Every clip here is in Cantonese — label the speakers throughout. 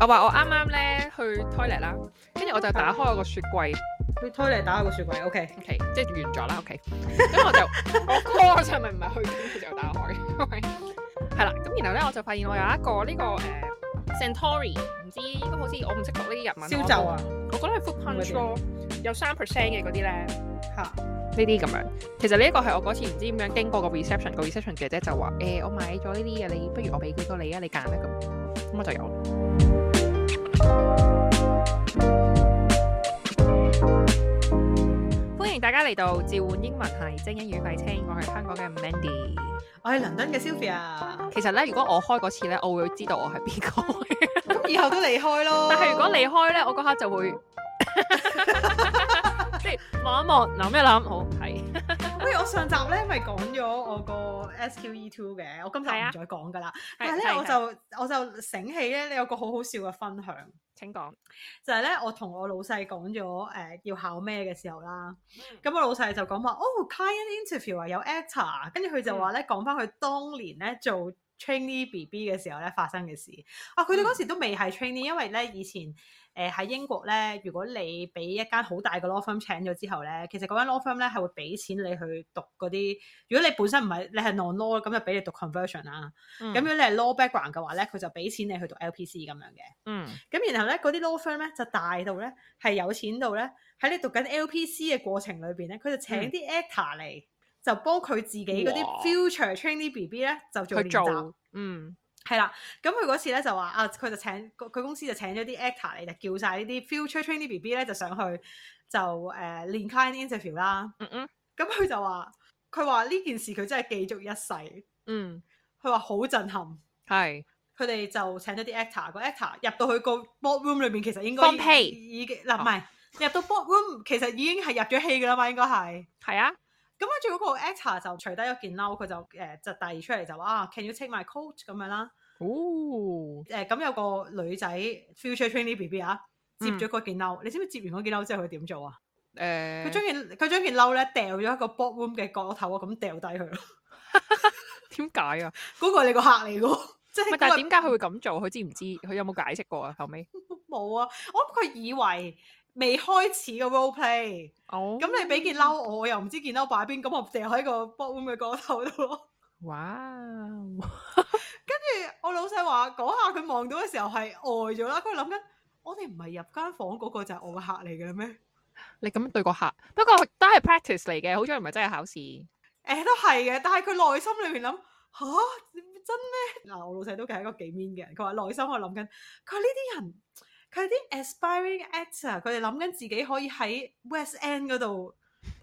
Speaker 1: 我話我啱啱咧去 toilet 啦，跟住我就打開我個雪櫃
Speaker 2: 去推嚟打個雪櫃，OK。
Speaker 1: ，OK，即係完咗啦，OK。咁 我就我 call 上咪唔係去緊，佢就打開，因為係啦。咁然後咧我就發現我有一個呢、個誒、Centauri，唔知應該好似我唔識讀呢啲日文。
Speaker 2: 燒酒啊，
Speaker 1: 我覺得係 food punch 咯，有三 percent 嘅嗰啲咧。
Speaker 2: 嚇，
Speaker 1: 呢啲咁樣。其實呢一個係我嗰次唔知點樣經過個 reception，個 reception 姐姐就話：誒、我買咗呢啲嘢，啊你不如我俾幾多你啊，你揀啦咁。咁我就有啦。歡迎大家嚟到召喚英文係精英語廢青，我係香港嘅 Mandy。
Speaker 2: 我係倫敦嘅 Sylvia，
Speaker 1: 其實咧，如果我開嗰次咧，我會知道我係邊個。
Speaker 2: 咁以後都離開咯。
Speaker 1: 但係如果你開咧，我嗰刻就 會 即係望一望，諗一諗，好係。
Speaker 2: 喂，我上集咧咪講咗我個 SQE Two 嘅，我今集
Speaker 1: 係
Speaker 2: 唔
Speaker 1: 啊
Speaker 2: 再講噶啦。
Speaker 1: 係
Speaker 2: 但係咧，
Speaker 1: 係
Speaker 2: 我
Speaker 1: 係
Speaker 2: 就我就醒起咧，你有個好好笑嘅分享，
Speaker 1: 請講。
Speaker 2: 就係咧，我同我老細講咗誒要考咩嘅時候啦，咁我老細就講話哦，client interview 啊，有 actor，啊跟住佢就話咧講翻佢當年咧做 trainee BB 嘅時候咧發生嘅事。啊，佢哋嗰時都未係 trainee，因為咧以前誒喺英國咧，如果你俾一間好大嘅 law firm 請咗之後咧，其實嗰間 law firm 咧係會俾錢你去讀嗰啲，如果你本身唔係你係 non law 咁就俾你讀 conversion 啦，咁、如
Speaker 1: 樣
Speaker 2: 果你係 law background 嘅話咧，佢就俾錢你去讀 LPC 咁樣嘅。
Speaker 1: 嗯。
Speaker 2: 咁然後咧，嗰啲 law firm 咧就大到咧係有錢到咧，喺你讀緊 LPC 嘅過程裏邊咧，佢就請
Speaker 1: 嗯
Speaker 2: 啲 actor 嚟，就幫佢自己嗰
Speaker 1: 哇
Speaker 2: 啲 future trainee BB 咧就做
Speaker 1: 佢
Speaker 2: 練習。
Speaker 1: 做，嗯
Speaker 2: 係啦，咁佢嗰次咧就話啊，佢就請佢佢公司就請咗啲 actor 嚟，就叫晒呢啲 future trainee BB 咧就上去就誒、呃、練 client interview 啦。
Speaker 1: 嗯嗯
Speaker 2: 咁佢就話，佢話呢件事佢真係記足一世，
Speaker 1: 嗯，
Speaker 2: 佢話好震撼。
Speaker 1: 係
Speaker 2: 佢哋就請咗啲 actor，個 actor 入到去個 board room 裏面，其實應該
Speaker 1: 放
Speaker 2: 已
Speaker 1: 屁
Speaker 2: 已經嗱唔係入到 board room，其實已經係入咗戲㗎啦嘛，應該係。
Speaker 1: 係啊，
Speaker 2: 咁跟住嗰個 actor 就除低咗件褸，佢就誒、呃就遞出嚟就話啊，can you take my coat 咁樣啦。
Speaker 1: 哦，
Speaker 2: 誒、咁有個女仔 future trainee BB 啊，接
Speaker 1: 嗯
Speaker 2: 咗嗰件褸，你知唔知接完嗰件褸之後佢點做啊？佢
Speaker 1: 誒
Speaker 2: 將，件佢將件褸咧掉咗喺個 board room 嘅角落頭啊，咁掉低佢咯。
Speaker 1: 點解啊？
Speaker 2: 嗰個係你個客嚟㗎喎，即係
Speaker 1: 唔係，
Speaker 2: 嗰
Speaker 1: 但係
Speaker 2: 個
Speaker 1: 點解佢會咁做？佢知唔知？佢有冇解釋過啊？後尾
Speaker 2: 冇啊！我諗佢以為未開始嘅 role play。
Speaker 1: 哦
Speaker 2: 咁你俾件褸我，我又唔知件褸擺邊，咁我掉喺個 board room 嘅角落頭度咯。
Speaker 1: 哇，
Speaker 2: 哦跟住我老細話嗰下佢望到嘅時候係呆咗啦，佢諗緊我哋唔係入間房嗰個就係我嘅客嚟嘅咩？誒、
Speaker 1: 你咁對個客，不過都係 practice 嚟嘅，好彩唔係真係考試。
Speaker 2: 都係嘅，但係佢內心裏面諗吓，真咩？嗱，我老細都係一個幾 mean 嘅人，佢話內心我諗緊，佢話呢啲人佢啲 aspiring actor，佢哋諗緊自己可以喺 West End 嗰度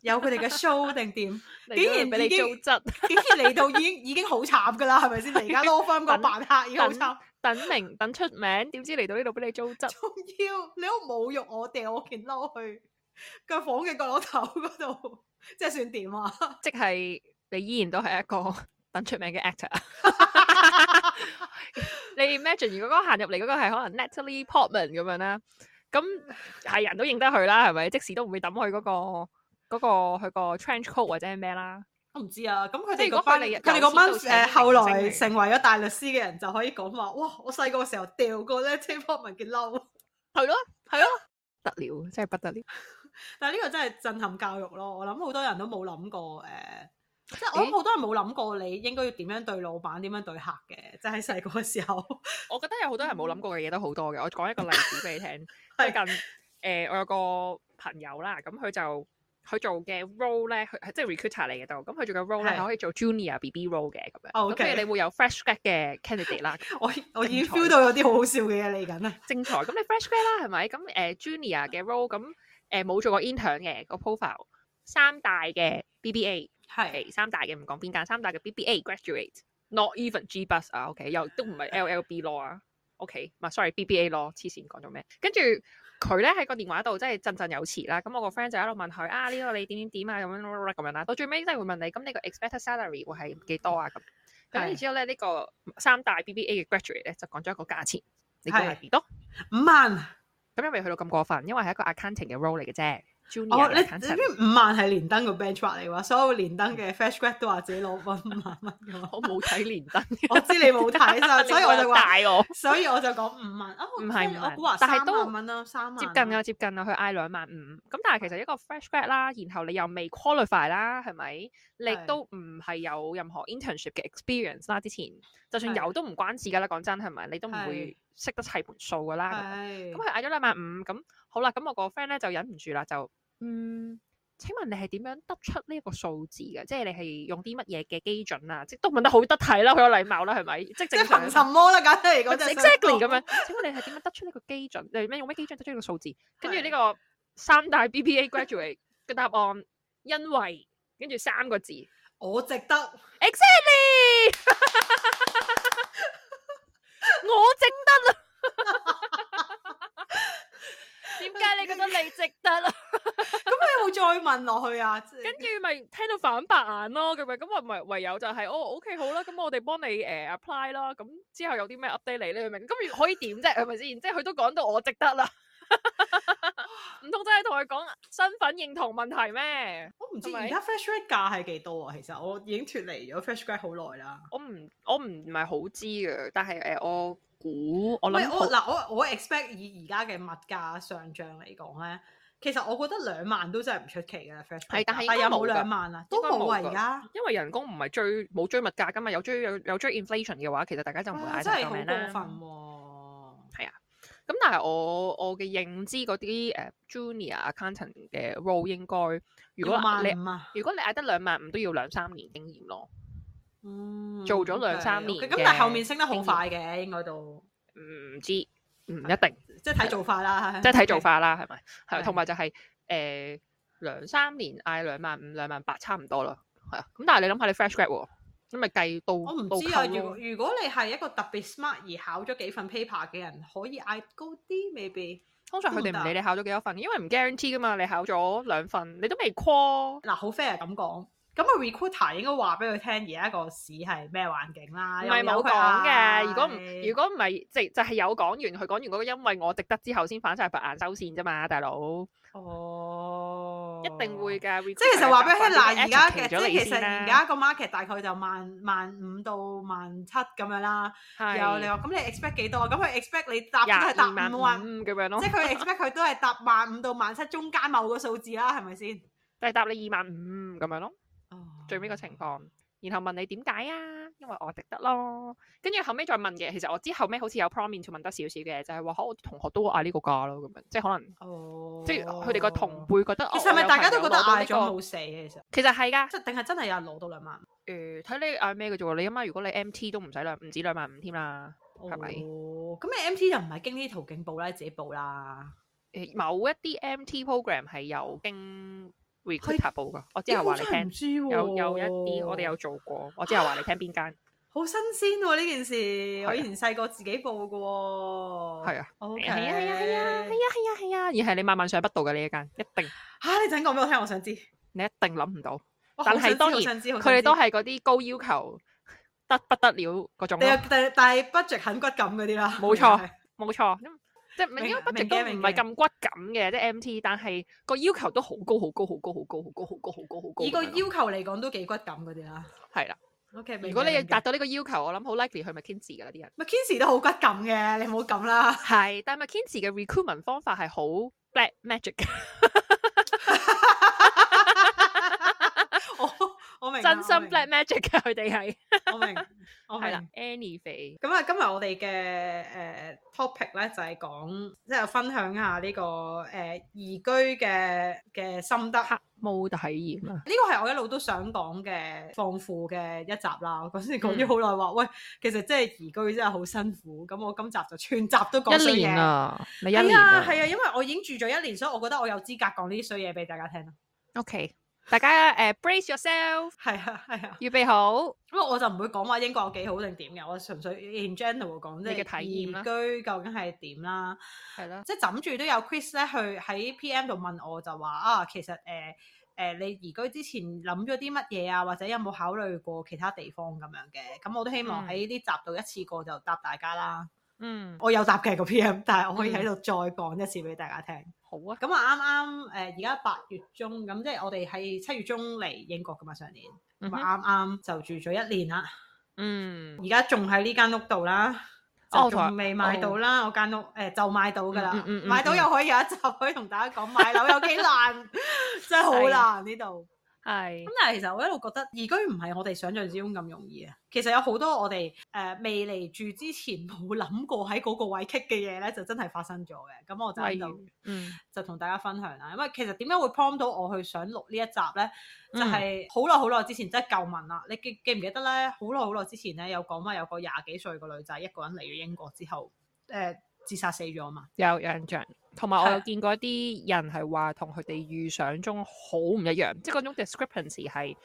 Speaker 2: 有佢哋嘅 show 定點？
Speaker 1: 嚟咗
Speaker 2: 竟然
Speaker 1: 俾
Speaker 2: 已
Speaker 1: 你
Speaker 2: 經
Speaker 1: 糟質，
Speaker 2: 竟然嚟到已經已經好慘㗎啦，係咪先？你而家 law firm 個
Speaker 1: 等
Speaker 2: 扮客已經好慘。
Speaker 1: 等名等出名，點知嚟到呢度俾你糟質？
Speaker 2: 仲要你好侮辱我掉我件褸去個房嘅角落頭嗰度，即係算點啊？
Speaker 1: 即係你依然都係一個 等出名嘅 actor。你 imagine 如果嗰個行入嚟嗰個係可能 Natalie Portman 咁樣啦，咁係人都認得佢啦，係咪？即使都唔會抌佢嗰個嗰、個佢個 trench coat 或者係咩啦。
Speaker 2: 我唔知啊，咁佢
Speaker 1: 即係
Speaker 2: 哋
Speaker 1: 如
Speaker 2: 嗰
Speaker 1: 果
Speaker 2: 班
Speaker 1: 佢哋
Speaker 2: 佢
Speaker 1: 有
Speaker 2: 哋嗰班
Speaker 1: 錢到請
Speaker 2: 誒後
Speaker 1: 明星
Speaker 2: 來
Speaker 1: 嚟
Speaker 2: 成為咗大律師嘅人就可以講話，哇！我細個嘅時候掉過咧 t a p e 文件褸，
Speaker 1: 係咯，係咯，得了，真係不得了。
Speaker 2: 但係呢個真係震撼教育咯。我諗好多人都冇諗過誒。即係我諗
Speaker 1: 咦
Speaker 2: 好多人冇諗過你應該要點樣對老闆、點樣對客嘅，即係喺細個嘅時候。
Speaker 1: 我覺得有好多人冇諗過嘅嘢都好多嘅。我講一個例子俾你 聽。最近誒、呃我有個朋友啦，咁佢就佢做嘅 role 咧，佢係即係 recruiter 嚟嘅都。咁佢做嘅 role 咧，
Speaker 2: 係
Speaker 1: 係可以做 junior BB role 嘅咁樣。咁
Speaker 2: 哦
Speaker 1: 譬
Speaker 2: OK
Speaker 1: 如你會有 fresh grad 嘅 candidate 啦，
Speaker 2: 我我已經
Speaker 1: 精彩
Speaker 2: feel 到有啲好好笑嘅嘢嚟緊啦。
Speaker 1: 正財咁你 fresh grad 啦，係咪？咁誒、呃 junior 嘅 role 咁誒冇做過 intern 嘅個 profile，三大嘅 BBA，
Speaker 2: 係
Speaker 1: OK，三大嘅唔講邊間，三大嘅 BBA graduate，not even G bus 啊，OK，又都唔係 LLB law 啊，OK，唔係 sorry，BBA law，黐線講咗咩？跟住佢咧喺個電話度真係振振有詞啦，咁我個 friend 就喺度問佢啊呢個你點點點啊咁樣咁樣啦，到最尾真係會問你咁你個 expected salary 會係幾多啊咁，咁然
Speaker 2: 係
Speaker 1: 之後咧呢個三大 BBA 嘅 graduate 咧就講咗一個價錢，你估係
Speaker 2: 係
Speaker 1: 幾多？
Speaker 2: 五萬。
Speaker 1: 咁又未去到咁過分，因為係一個 accounting 嘅 role 嚟嘅啫。
Speaker 2: 哦，
Speaker 1: junior
Speaker 2: 你
Speaker 1: 嚟揀
Speaker 2: 你
Speaker 1: 實
Speaker 2: 知五萬係連登個 benchmark 嚟話，所有連登嘅 fresh grad 都話自己攞揾五萬蚊 嘅喎。
Speaker 1: 我冇睇連登，
Speaker 2: 我知你冇睇晒，所 以我就話，
Speaker 1: 大我
Speaker 2: 所以我就講五萬。哦，
Speaker 1: 唔係
Speaker 2: 即
Speaker 1: 五
Speaker 2: 我
Speaker 1: 萬
Speaker 2: 估話
Speaker 1: 但係
Speaker 2: 三
Speaker 1: 都
Speaker 2: 萬蚊啦，三萬
Speaker 1: 接近
Speaker 2: 啦
Speaker 1: 啊，接近啊，佢嗌兩萬五。咁但係其實一個 fresh grad 啦，然後你又未 qualify 啦，係咪？你
Speaker 2: 係
Speaker 1: 都唔係有任何 internship 嘅 experience 啦，之前就算
Speaker 2: 係
Speaker 1: 有都唔關事㗎啦，講真係咪？你都唔
Speaker 2: 係
Speaker 1: 會識得砌盤數㗎啦。咁樣
Speaker 2: 係
Speaker 1: 咁啊佢嗌咗兩萬五，咁好啦，咁我個 friend 咧就忍唔住啦，就嗯，請問你係點樣得出呢一個數字嘅？即係你係用啲乜嘢嘅基準啊？即係都問得好得體啦，好有禮貌啦，係咪？即係
Speaker 2: 即
Speaker 1: 正
Speaker 2: 係憑什
Speaker 1: 常。
Speaker 2: 麼啦？簡單嚟講就係想
Speaker 1: exactly
Speaker 2: 講
Speaker 1: 咁樣，請問你係點樣得出呢個基準？你咩用咩基準得出呢個數字？跟住呢
Speaker 2: 係
Speaker 1: 個三大 BPA graduate 嘅答案，因為跟住三個字
Speaker 2: 我值得，我
Speaker 1: ，exactly，我值得啊啦。 點解你覺得你值得啊？
Speaker 2: 有冇再問落去啊？
Speaker 1: 跟住咪聽到反白眼咯，咁樣咁我咪唯有就係、哦，OK 好啦，咁我哋幫你誒、呃 apply 啦，咁之後有啲咩 update 你，你明唔明？咁可以點啫？係咪先？即係佢都講到我值得啦， 唔通真係同佢講身份認同問題咩？
Speaker 2: 我唔知
Speaker 1: 係咪
Speaker 2: 而家 fresh grad 價係幾多啊？其實我已經脱離咗 fresh grad 好耐啦。
Speaker 1: 我唔我唔唔係好知嘅，但係誒、呃我估我
Speaker 2: 唔係
Speaker 1: 諗
Speaker 2: 我
Speaker 1: 好
Speaker 2: 嗱，我我 expect 以而家嘅物價上漲嚟講咧，其實我覺得兩萬都真係唔出奇嘅啦。fresh grad
Speaker 1: 係但係
Speaker 2: 價
Speaker 1: 應
Speaker 2: 但
Speaker 1: 該
Speaker 2: 有
Speaker 1: 冇
Speaker 2: 冇
Speaker 1: 㗎
Speaker 2: 兩萬啊？都
Speaker 1: 應該
Speaker 2: 冇啊！
Speaker 1: 冇㗎
Speaker 2: 而家
Speaker 1: 因為人工唔係追冇追物價噶嘛，有追有有追 inflation 嘅話，其實大家就唔會
Speaker 2: 哇
Speaker 1: 嗌
Speaker 2: 真
Speaker 1: 晒
Speaker 2: 係
Speaker 1: 救
Speaker 2: 好
Speaker 1: 命
Speaker 2: 過
Speaker 1: 啦。
Speaker 2: 分喎！
Speaker 1: 咁但係我我嘅認知嗰啲誒 junior accountant 嘅 role 應該，如果
Speaker 2: 萬
Speaker 1: 你
Speaker 2: 五啊，
Speaker 1: 如果你嗌得兩萬五都要兩三年經驗咯，
Speaker 2: 嗯
Speaker 1: 做咗兩三
Speaker 2: OK，OK，
Speaker 1: 年
Speaker 2: 咁但係
Speaker 1: 嘅
Speaker 2: 後面升得好
Speaker 1: 經驗
Speaker 2: 快嘅，應該都
Speaker 1: 唔知唔一定，
Speaker 2: 即係睇做法啦，
Speaker 1: 即係睇做
Speaker 2: OK。
Speaker 1: 法啦，係咪？係
Speaker 2: 係
Speaker 1: 同埋就係誒兩三年嗌兩萬五兩萬八差唔多啦，係啊。咁但係你諗下你 fresh grad 喎，咁咪計到
Speaker 2: 我唔
Speaker 1: 到
Speaker 2: 知啊，
Speaker 1: 扣
Speaker 2: 如
Speaker 1: 咯
Speaker 2: 果如果你係一個特別 smart 而考咗幾份 paper 嘅人，可以嗌高啲，maybe。
Speaker 1: 通常佢哋
Speaker 2: 都唔
Speaker 1: 唔
Speaker 2: 得
Speaker 1: 理你考咗幾多份，因為唔 guarantee 噶嘛，你考咗兩份你都未 call。
Speaker 2: 嗱，好 fair 咁講，咁個 recruiter 應該話俾佢聽而家個市係咩環境啦，
Speaker 1: 唔係冇講嘅，如果唔如果唔係，就就係有講完，佢講完嗰個因為我值得之後先反晒白眼收線啫嘛，大佬
Speaker 2: 果哦，
Speaker 1: 一定會㗎。
Speaker 2: 即係其實話俾佢聽，嗱，而家嘅
Speaker 1: educate
Speaker 2: 即
Speaker 1: 咗你
Speaker 2: 係其實
Speaker 1: 先啦
Speaker 2: 而家個 market 大概就萬萬五到萬七咁樣啦。然後你
Speaker 1: 係
Speaker 2: 話咁你 expect 幾多？咁佢 expect 你答都係
Speaker 1: 廿
Speaker 2: 答
Speaker 1: 二萬
Speaker 2: 五萬，
Speaker 1: 五咁樣咯
Speaker 2: 即係，佢 expect 佢都係答萬五到萬七中間某個數字啦，係咪先？
Speaker 1: 就係答你啊二萬五咁樣咯，最尾個情
Speaker 2: 哦。
Speaker 1: 況。然後問你點解啊？因為我值得咯。跟住後尾再問嘅，其實我之後尾好似有 promin 問得少少嘅，就係話可我同學都會嗌呢個價咯，咁樣即係可能
Speaker 2: 哦，
Speaker 1: 即係佢哋個同輩覺得哦
Speaker 2: 其實係咪大家都覺
Speaker 1: 覺
Speaker 2: 得嗌咗
Speaker 1: 冇？
Speaker 2: 冇死啊嘅？其實
Speaker 1: 其實係㗎。
Speaker 2: 即係定係真係有人攞到兩萬？
Speaker 1: 誒，呃睇你嗌咩嘅啫喎，你阿媽如果你 MT 都唔使兩，唔止兩萬五添啦。係咪
Speaker 2: 哦，咁你 MT 就唔係經呢啲途徑報啦，自己報啦。
Speaker 1: 誒，某一啲 MT program 係有經 recruiter 報噶，我之
Speaker 2: 咦
Speaker 1: 後
Speaker 2: 我
Speaker 1: 話你
Speaker 2: 真係唔
Speaker 1: 聽，
Speaker 2: 知
Speaker 1: 有有一
Speaker 2: 喎
Speaker 1: 啲我哋有做過，我之後話你聽邊間，
Speaker 2: 好新鮮喎呢件事，我
Speaker 1: 啊
Speaker 2: 以前細個自己報嘅喎。
Speaker 1: 係啊，
Speaker 2: O
Speaker 1: 係
Speaker 2: K，
Speaker 1: 啊係啊係啊係啊係啊係啊，而係你萬萬想不到嘅呢一間，一定
Speaker 2: 嚇你陣講俾我聽，我想知。
Speaker 1: 你一定諗唔到，
Speaker 2: 我
Speaker 1: 但
Speaker 2: 好想
Speaker 1: 係
Speaker 2: 知
Speaker 1: 當
Speaker 2: 好
Speaker 1: 然
Speaker 2: 想知好想
Speaker 1: 佢哋都
Speaker 2: 知
Speaker 1: 係嗰啲高要求得不得了嗰種
Speaker 2: 你有
Speaker 1: 咯，
Speaker 2: 但但係 budget 啃骨咁嗰啲啦。
Speaker 1: 冇錯冇錯，因即係
Speaker 2: 明啊
Speaker 1: 因為 budget
Speaker 2: 明嘅
Speaker 1: 都
Speaker 2: 明
Speaker 1: 唔係
Speaker 2: 嘅
Speaker 1: 咁骨感嘅，即係 MT，但係個要求都好高好高好高好高好高好高好高好高咁樣咯，
Speaker 2: 以個要求嚟講都幾骨感嗰啲啦。
Speaker 1: 係啦。
Speaker 2: O K，
Speaker 1: 如果你達到呢個要求，我諗好 likely 去 McKinsey 噶啦啲人。
Speaker 2: McKinsey 都好骨感嘅，你唔好咁啦。
Speaker 1: 係，但係 McKinsey 嘅 recruitment 方法係好 black magic，
Speaker 2: 我我明啊，
Speaker 1: 真心 black magic 嘅佢哋係。
Speaker 2: 我明，我明，我
Speaker 1: 係啦
Speaker 2: 明。
Speaker 1: ，Annie 肥
Speaker 2: 咁啊，今日我哋嘅誒 topic 咧就係講，即係分享下呢、個誒、呃移居嘅嘅心得。呢
Speaker 1: 黑毛體驗啊，
Speaker 2: 個係我一路都想講嘅放負嘅一集啦。我嗰時
Speaker 1: 嗯
Speaker 2: 講咗好耐話，喂，其實即係移居真係好辛苦。咁我今集就全集都講衰
Speaker 1: 一年
Speaker 2: 嘢。
Speaker 1: 啊，你一
Speaker 2: 係
Speaker 1: 年
Speaker 2: 啊，係啊，因為我已經住咗一年，所以我覺得我有資格講呢啲衰嘢俾大家聽啊啦。
Speaker 1: OK，大家誒 brace yourself，
Speaker 2: 係啊，係啊。
Speaker 1: 預備好。
Speaker 2: 咁我就唔會講話英國有幾好定點嘅，我純粹 in general 講即
Speaker 1: 你嘅
Speaker 2: 係
Speaker 1: 體
Speaker 2: 移
Speaker 1: 驗
Speaker 2: 居
Speaker 1: 啦
Speaker 2: 究竟係點啦。
Speaker 1: 係啦，
Speaker 2: 即係枕住都有 Chris 咧去喺 PM 度問我就話啊，其實誒誒、呃你移居之前諗咗啲乜嘢啊，或者有冇考慮過其他地方咁樣嘅？咁我都希
Speaker 1: 嗯
Speaker 2: 望喺呢集度一次過就答大家啦。
Speaker 1: 嗯，
Speaker 2: 我有答嘅個 P.M.，但係我可以喺度再講一次俾大家聽。
Speaker 1: 好啊，
Speaker 2: 咁啊啱啱誒而家八月中，咁即係我哋係七月中嚟英國噶嘛上年，
Speaker 1: 嗯
Speaker 2: 咁
Speaker 1: 哼
Speaker 2: 啊啱啱就住咗一年啦，
Speaker 1: 嗯，
Speaker 2: 而家仲喺呢間屋度啦。
Speaker 1: 哦
Speaker 2: 就仲未買到啦，我間屋誒就買到噶啦
Speaker 1: 嗯嗯嗯，嗯
Speaker 2: 買到又可以有一集可以同大家講買樓有幾難， 真係好難呢度。
Speaker 1: 係
Speaker 2: 咁，但係其實我一路覺得移居唔係我哋想象之中咁容易啊。其實有好多我哋誒、呃未嚟住之前冇諗過喺嗰個位棘嘅嘢咧，就真係發生咗嘅。咁我
Speaker 1: 例
Speaker 2: 真
Speaker 1: 如
Speaker 2: 就
Speaker 1: 嗯，
Speaker 2: 就同大家分享啦。因為其實點解會 prompt 到我去想錄呢一集咧，就
Speaker 1: 嗯
Speaker 2: 係好耐好耐之前真係舊聞啦。你記記唔記得咧？好耐好耐之前咧，有講話有個廿幾歲個女仔一個人嚟咗英國之後，誒、自殺死咗啊嘛。
Speaker 1: 有有印象。同埋我
Speaker 2: 係
Speaker 1: 有見過一啲人係話同佢哋預想中好唔一樣，即係嗰種 discrepancy 係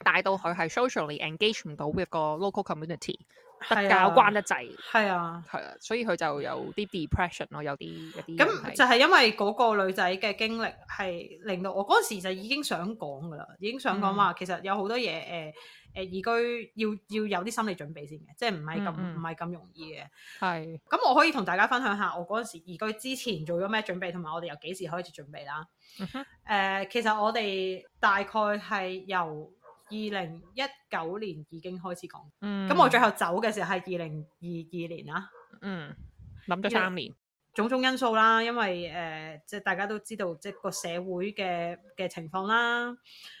Speaker 1: 大到佢係 socially engage 唔到 with 個 local community，
Speaker 2: 係
Speaker 1: 得
Speaker 2: 啊
Speaker 1: 教關得滯，
Speaker 2: 係啊。
Speaker 1: 係啊，所以佢就有啲 depression 咯，有啲有啲人
Speaker 2: 咁
Speaker 1: 係
Speaker 2: 就係因為嗰個女仔嘅經歷係令到我嗰陣時就已經想講噶啦，已經想講
Speaker 1: 嗯
Speaker 2: 話其實有好多嘢誒誒移居要要有啲心理準備先嘅，即係唔係咁
Speaker 1: 嗯嗯
Speaker 2: 唔係咁容易嘅。
Speaker 1: 係
Speaker 2: 咁我可以同大家分享下我嗰陣時移居之前做咗咩準備，同埋我哋由幾時開始準備啦。
Speaker 1: 嗯哼
Speaker 2: 誒、其實我哋大概係由二零一九年已經開始講，咁、
Speaker 1: 嗯
Speaker 2: 我最後走嘅時候係二零二二年啦。
Speaker 1: 嗯諗咗三年，
Speaker 2: 種種因素啦，因為誒、呃即係大家都知道，即係個社會嘅嘅情況啦。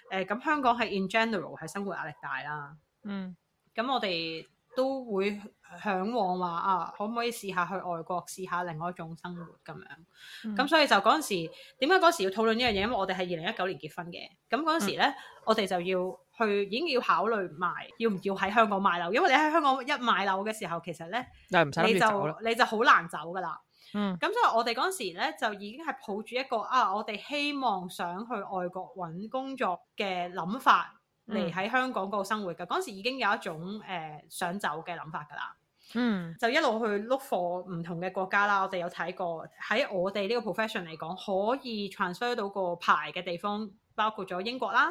Speaker 2: 誒、咁香港係 in general 係生活壓力大啦。
Speaker 1: 嗯
Speaker 2: 咁我哋都會向往話啊，可唔可以試下去外國試下另外一種生活咁樣？咁、
Speaker 1: 咁
Speaker 2: 所以就嗰陣時，點解嗰時要討論呢樣嘢？因為我哋係二零一九年結婚嘅，咁嗰陣
Speaker 1: 嗯
Speaker 2: 時咧，我哋就要去已經要考慮埋要唔要喺香港買樓，因為你喺香港一買樓嘅時候，其實咧
Speaker 1: 又唔使諗
Speaker 2: 你
Speaker 1: 住走啦，
Speaker 2: 就你就好難走噶啦。
Speaker 1: 嗯
Speaker 2: 咁所以我哋嗰陣時咧就已經係抱住一個啊，我哋希望想去外國揾工作嘅諗法嚟
Speaker 1: 嗯
Speaker 2: 喺香港嗰度生活嘅。嗰陣時已經有一種誒、呃想走嘅諗法㗎啦，
Speaker 1: 嗯
Speaker 2: 就一路去 look for 唔同嘅國家啦。我哋有睇過喺我哋呢個 profession 嚟講，可以 transfer 到個牌嘅地方，包括咗英國啦，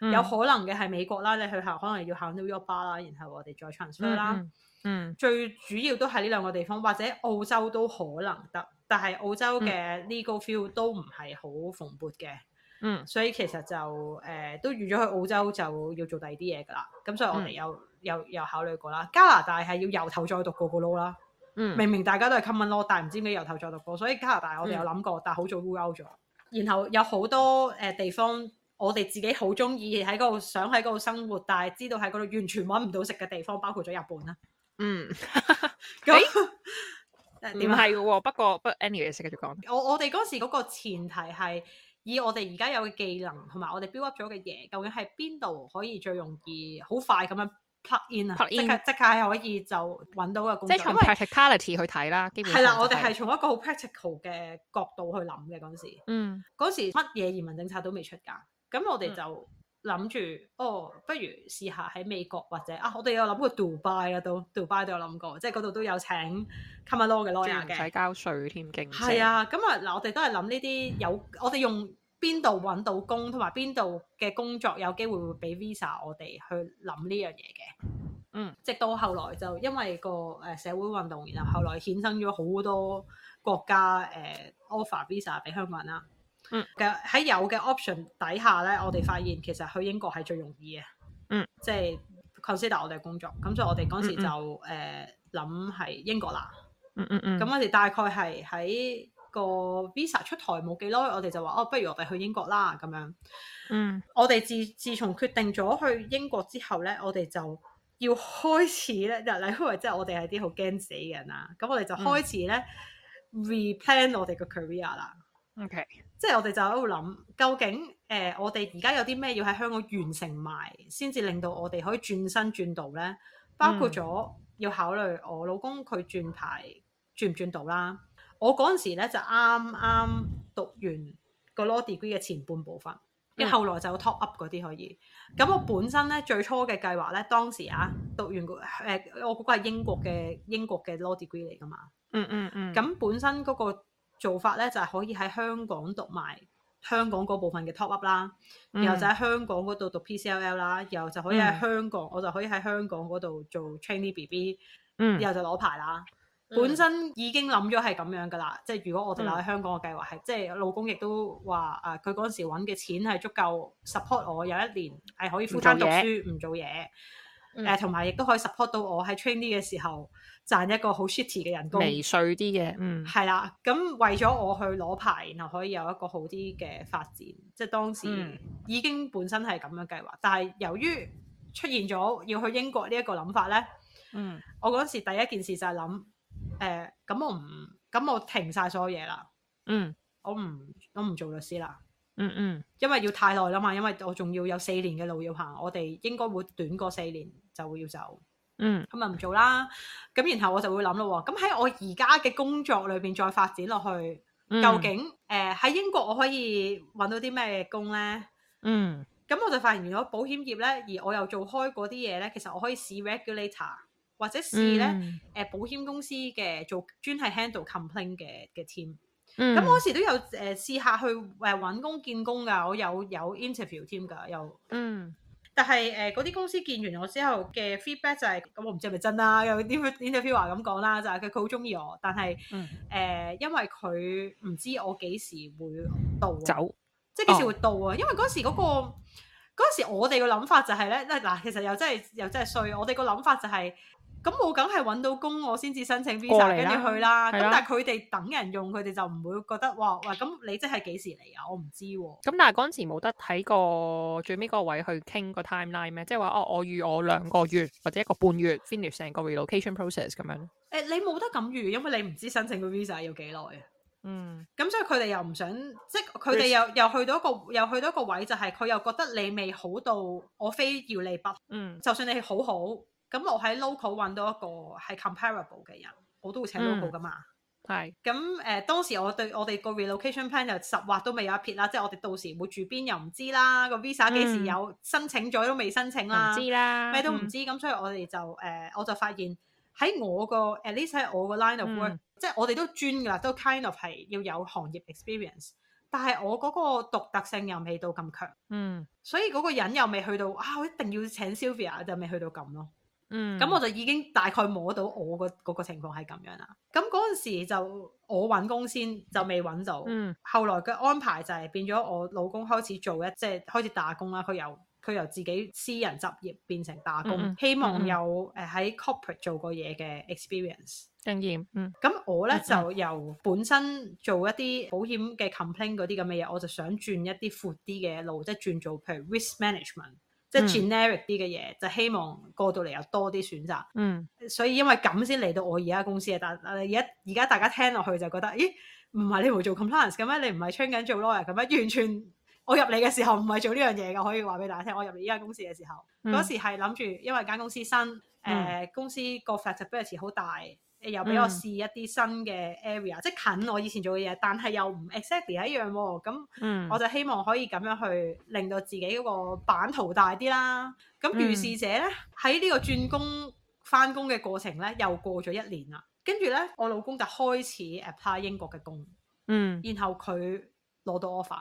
Speaker 1: 嗯
Speaker 2: 有可能嘅係美國啦，你去考可能要考 New York Bar 啦，然後我哋再 transfer 啦。
Speaker 1: 嗯嗯
Speaker 2: 最主要都係呢兩個地方，或者澳洲都可能得，但係澳洲嘅 legal field 都唔係好蓬勃嘅，
Speaker 1: 嗯
Speaker 2: 所以其實就誒、呃都預咗去澳洲就要做第二啲嘢㗎啦。咁所以我哋
Speaker 1: 嗯
Speaker 2: 有有有考慮過啦。加拿大係要由頭再讀過個撈啦，
Speaker 1: 嗯
Speaker 2: 明明大家都係 common law，但係唔知點解由頭再讀過，所以加拿大我哋有諗過，但係好早 rule out 咗。然後有好多誒、呃地方。我哋自己好中意喺嗰度，想喺嗰度生活，但係知道喺嗰度完全揾唔到食嘅地方，包括咗日本啦。
Speaker 1: 嗯，
Speaker 2: 咁 誒
Speaker 1: 唔
Speaker 2: 點啊？
Speaker 1: 係嘅喎，不過不 anyway 繼續講，
Speaker 2: 我我哋嗰時嗰個前提係以我哋而家有嘅技能同埋我哋 build up 咗嘅嘢，究竟係邊度可以最容易好快咁樣 plug in 啊
Speaker 1: Plug
Speaker 2: 即刻
Speaker 1: in
Speaker 2: 即刻係可以就揾到嘅工
Speaker 1: 即係
Speaker 2: 作。
Speaker 1: 從
Speaker 2: 因為
Speaker 1: practicality 去睇啦，基本
Speaker 2: 係啦，
Speaker 1: 上
Speaker 2: 我
Speaker 1: 就
Speaker 2: 哋係從一個好 practical 嘅角度去諗嘅嗰陣時，
Speaker 1: 嗯
Speaker 2: 嗰時乜嘢移民政策都未出㗎，咁我哋
Speaker 1: 嗯
Speaker 2: 就諗住，哦，不如試下喺美國或者啊，我哋有諗過 Dubai 啦，都 Dubai 都有諗過，即係嗰度都有請 common law 嘅
Speaker 1: 即係
Speaker 2: lawyer
Speaker 1: 唔
Speaker 2: 嘅
Speaker 1: 使。交税添，勁
Speaker 2: 係啊，咁啊嗱，我哋都係諗呢啲有，我哋用邊度揾到工，同埋邊度嘅工作有機會會俾 visa 我哋去諗呢樣嘢嘅。
Speaker 1: 嗯，
Speaker 2: 直到後來就因為個誒社會運動，然後後來衍生咗好多國家誒、呃 offer visa 俾香港人啦。
Speaker 1: 嗯
Speaker 2: 嘅喺有嘅 option 底下咧，我哋發現其實去英國係最容易嘅。
Speaker 1: 嗯，
Speaker 2: 即係 consider 我哋嘅工作，咁所以我哋嗰時
Speaker 1: 嗯嗯
Speaker 2: 就誒諗係英國啦。
Speaker 1: 嗯嗯嗯，
Speaker 2: 咁我哋大概係喺個 Visa 出台冇幾耐，我哋就話哦，不如我哋去英國啦咁樣。
Speaker 1: 嗯
Speaker 2: 我哋自自從決定咗去英國之後咧，我哋就要開始咧，嗱，你因為即係我哋係啲好驚死嘅人啦，咁我哋就開始咧、replan 我哋嘅 career 啦。
Speaker 1: OK，
Speaker 2: 即係我哋就喺度諗，究竟誒、呃我哋而家有啲咩要喺香港完成埋，先至令到我哋可以轉身轉道咧？包括咗要考慮我老公佢轉牌轉唔轉到啦。我嗰陣時咧就啱啱讀完個 law degree 嘅前半部分，跟
Speaker 1: 嗯
Speaker 2: 後來就有 top up 嗰啲可以。咁我本身咧最初嘅計劃咧，當時啊讀完個誒、我估係英國嘅英國嘅 law degree 嚟噶嘛。
Speaker 1: 嗯嗯嗯，
Speaker 2: 咁本身嗰個做法咧，就係、可以喺香港讀埋香港嗰部分嘅 top up 啦，然後就喺香港嗰度讀 PCLL 啦，然後就可以喺
Speaker 1: 嗯
Speaker 2: 香港，我就可以喺香港嗰度做 trainee BB，
Speaker 1: 嗯
Speaker 2: 然後就攞牌啦。本身已經諗咗係咁樣噶啦，即係如
Speaker 1: 嗯
Speaker 2: 果我哋留喺香港嘅計劃係，即係老公亦都話啊，佢嗰陣時揾嘅錢係足夠 support 我有一年係可以
Speaker 1: 唔做
Speaker 2: full time 讀
Speaker 1: 嘢
Speaker 2: 書唔做嘢，
Speaker 1: 嗯
Speaker 2: 誒同埋亦都可以 support 到我喺 train 啲嘅時候賺一個好 shitty 嘅人工，
Speaker 1: 微碎啲嘅，嗯，
Speaker 2: 係啦。咁為咗我去攞牌，然後可以有一個好啲嘅發展，即係當時
Speaker 1: 嗯
Speaker 2: 已經本身係咁樣計劃，但係由於出現咗要去英國呢一個諗法咧。
Speaker 1: 嗯，
Speaker 2: 我嗰陣時第一件事就係諗，誒、呃咁我唔，咁我停晒所有嘢啦，
Speaker 1: 嗯，
Speaker 2: 我唔，我唔做律師啦，
Speaker 1: 嗯，嗯，
Speaker 2: 因為要太耐啦嘛，因為我仲要有四年嘅路要行，我哋應該會短過四年就會要走，
Speaker 1: 嗯，
Speaker 2: 咁咪唔做啦。咁然後我就會諗咯喎，咁喺我而家嘅工作裏邊再發展落去，
Speaker 1: 嗯
Speaker 2: 究，竟呃誒喺、英國我可以揾到啲咩工呢？
Speaker 1: 嗯，
Speaker 2: 咁我就發現原來保險業呢，而我又做開嗰啲嘢呢，其實我可以試 regulator 或者試呢。
Speaker 1: 嗯，
Speaker 2: 誒、保險公司嘅做專係 handle complaint 嘅嘅 team。
Speaker 1: 嗯，
Speaker 2: 咁嗰、時都有誒、試下去誒揾工見工㗎，我有有 interview 添㗎，又
Speaker 1: 嗯，
Speaker 2: 但係誒嗰啲公司見完我之後嘅 feedback 就係、咁我唔知係咪真啦，有啲 interviewer 咁講啦，就係佢佢好中意我，但係誒、呃
Speaker 1: 嗯，
Speaker 2: 因為佢唔知我幾時會到啊
Speaker 1: 走，哦
Speaker 2: 即係幾時會到啊？因為嗰時嗰、個嗰時我哋個諗法就係、咧，嗱嗱，其實又真係又真係衰。我哋個諗法就係、咁我梗係揾到工，我先至申請
Speaker 1: 過
Speaker 2: visa，
Speaker 1: 嚟
Speaker 2: 跟
Speaker 1: 啦
Speaker 2: 住去啦。咁
Speaker 1: 係啦
Speaker 2: 但係佢哋等人用，佢哋就唔會覺得哇喂，咁你即係幾時嚟啊？我唔知喎、
Speaker 1: 咁但係嗰陣時冇得睇個最尾嗰個位去傾個 timeline 咩？即係話哦，我預我兩個月或者一個半月 finish 成個 relocation process 咁樣。
Speaker 2: 誒你冇得咁預，因為你唔知申請個 visa 要幾耐啊。
Speaker 1: 嗯
Speaker 2: 咁所以佢哋又唔想，即係佢哋又又去到一個又去到一個位，就係佢又覺得你未好到，我非要你不可
Speaker 1: 嗯
Speaker 2: 就算你好好，咁我喺 local 揾到一個係 comparable 嘅人，我都會請
Speaker 1: 嗯
Speaker 2: local 噶嘛。
Speaker 1: 係
Speaker 2: 咁誒、呃、當時我對我哋個 relocation plan 就十劃都未有一撇啦，即係我哋到時會住邊又唔知啦，個 visa 幾時
Speaker 1: 嗯
Speaker 2: 有、申請咗都未申請
Speaker 1: 唔
Speaker 2: 啦，
Speaker 1: 知啦，
Speaker 2: 咩都唔
Speaker 1: 嗯
Speaker 2: 知。咁、所以我哋就誒、呃我就發現喺我個 at least 喺我個 line of work，、
Speaker 1: 嗯
Speaker 2: 即係我哋都專㗎啦，都 kind of 係要有行業 experience，但係我嗰個獨特性又未到咁強，
Speaker 1: 嗯
Speaker 2: 所以嗰個人又未去到啊，我一定要請 Sylvia 就未去到咁咯。
Speaker 1: 嗯，
Speaker 2: 咁我就已經大概摸到我個嗰個情況係咁樣啦。咁嗰陣時就我揾工先，就未揾到。
Speaker 1: 嗯
Speaker 2: 後來嘅安排就係變咗我老公開始做一即係開始打工啦。佢由佢由自己私人執業變成打工，
Speaker 1: 嗯嗯
Speaker 2: 希望
Speaker 1: 嗯嗯
Speaker 2: 有誒喺 corporate 做過嘢嘅 experience。
Speaker 1: 經驗嗯
Speaker 2: 咁我咧
Speaker 1: 嗯嗯
Speaker 2: 就由本身做一啲保險嘅 complain 嗰啲咁嘅嘢，我就想轉一啲闊啲嘅路，即係轉做譬如 risk management，即係
Speaker 1: 嗯
Speaker 2: generic 啲嘅嘢，就希望過到嚟有多啲選擇。
Speaker 1: 嗯
Speaker 2: 所以因為咁先嚟到我而家公司嘅，但但係而家而家大家聽落去就覺得，咦，唔係你冇做 compliance 嘅咩？你唔係 train 緊做 lawyer 嘅咩？完全我入嚟嘅時候唔係做呢樣嘢嘅，可以話俾大家聽。我入嚟呢間公司嘅時候，
Speaker 1: 嗯
Speaker 2: 嗰、時係諗住，因為間公司新，誒、公司個 flexibility 好大，誒又俾我
Speaker 1: 嗯
Speaker 2: 試一啲新嘅 area，、即係近我以前做嘅嘢，但係又唔 exactly 係一樣喎。咁
Speaker 1: 嗯，
Speaker 2: 我就希望可以咁樣去令到自己嗰個版圖大啲啦。咁
Speaker 1: 嗯
Speaker 2: 如是者咧，喺呢個轉工翻工嘅過程咧，又過咗一年啦。跟住咧，我老公就開始 apply 英國嘅工，
Speaker 1: 嗯
Speaker 2: 然後佢攞到 offer，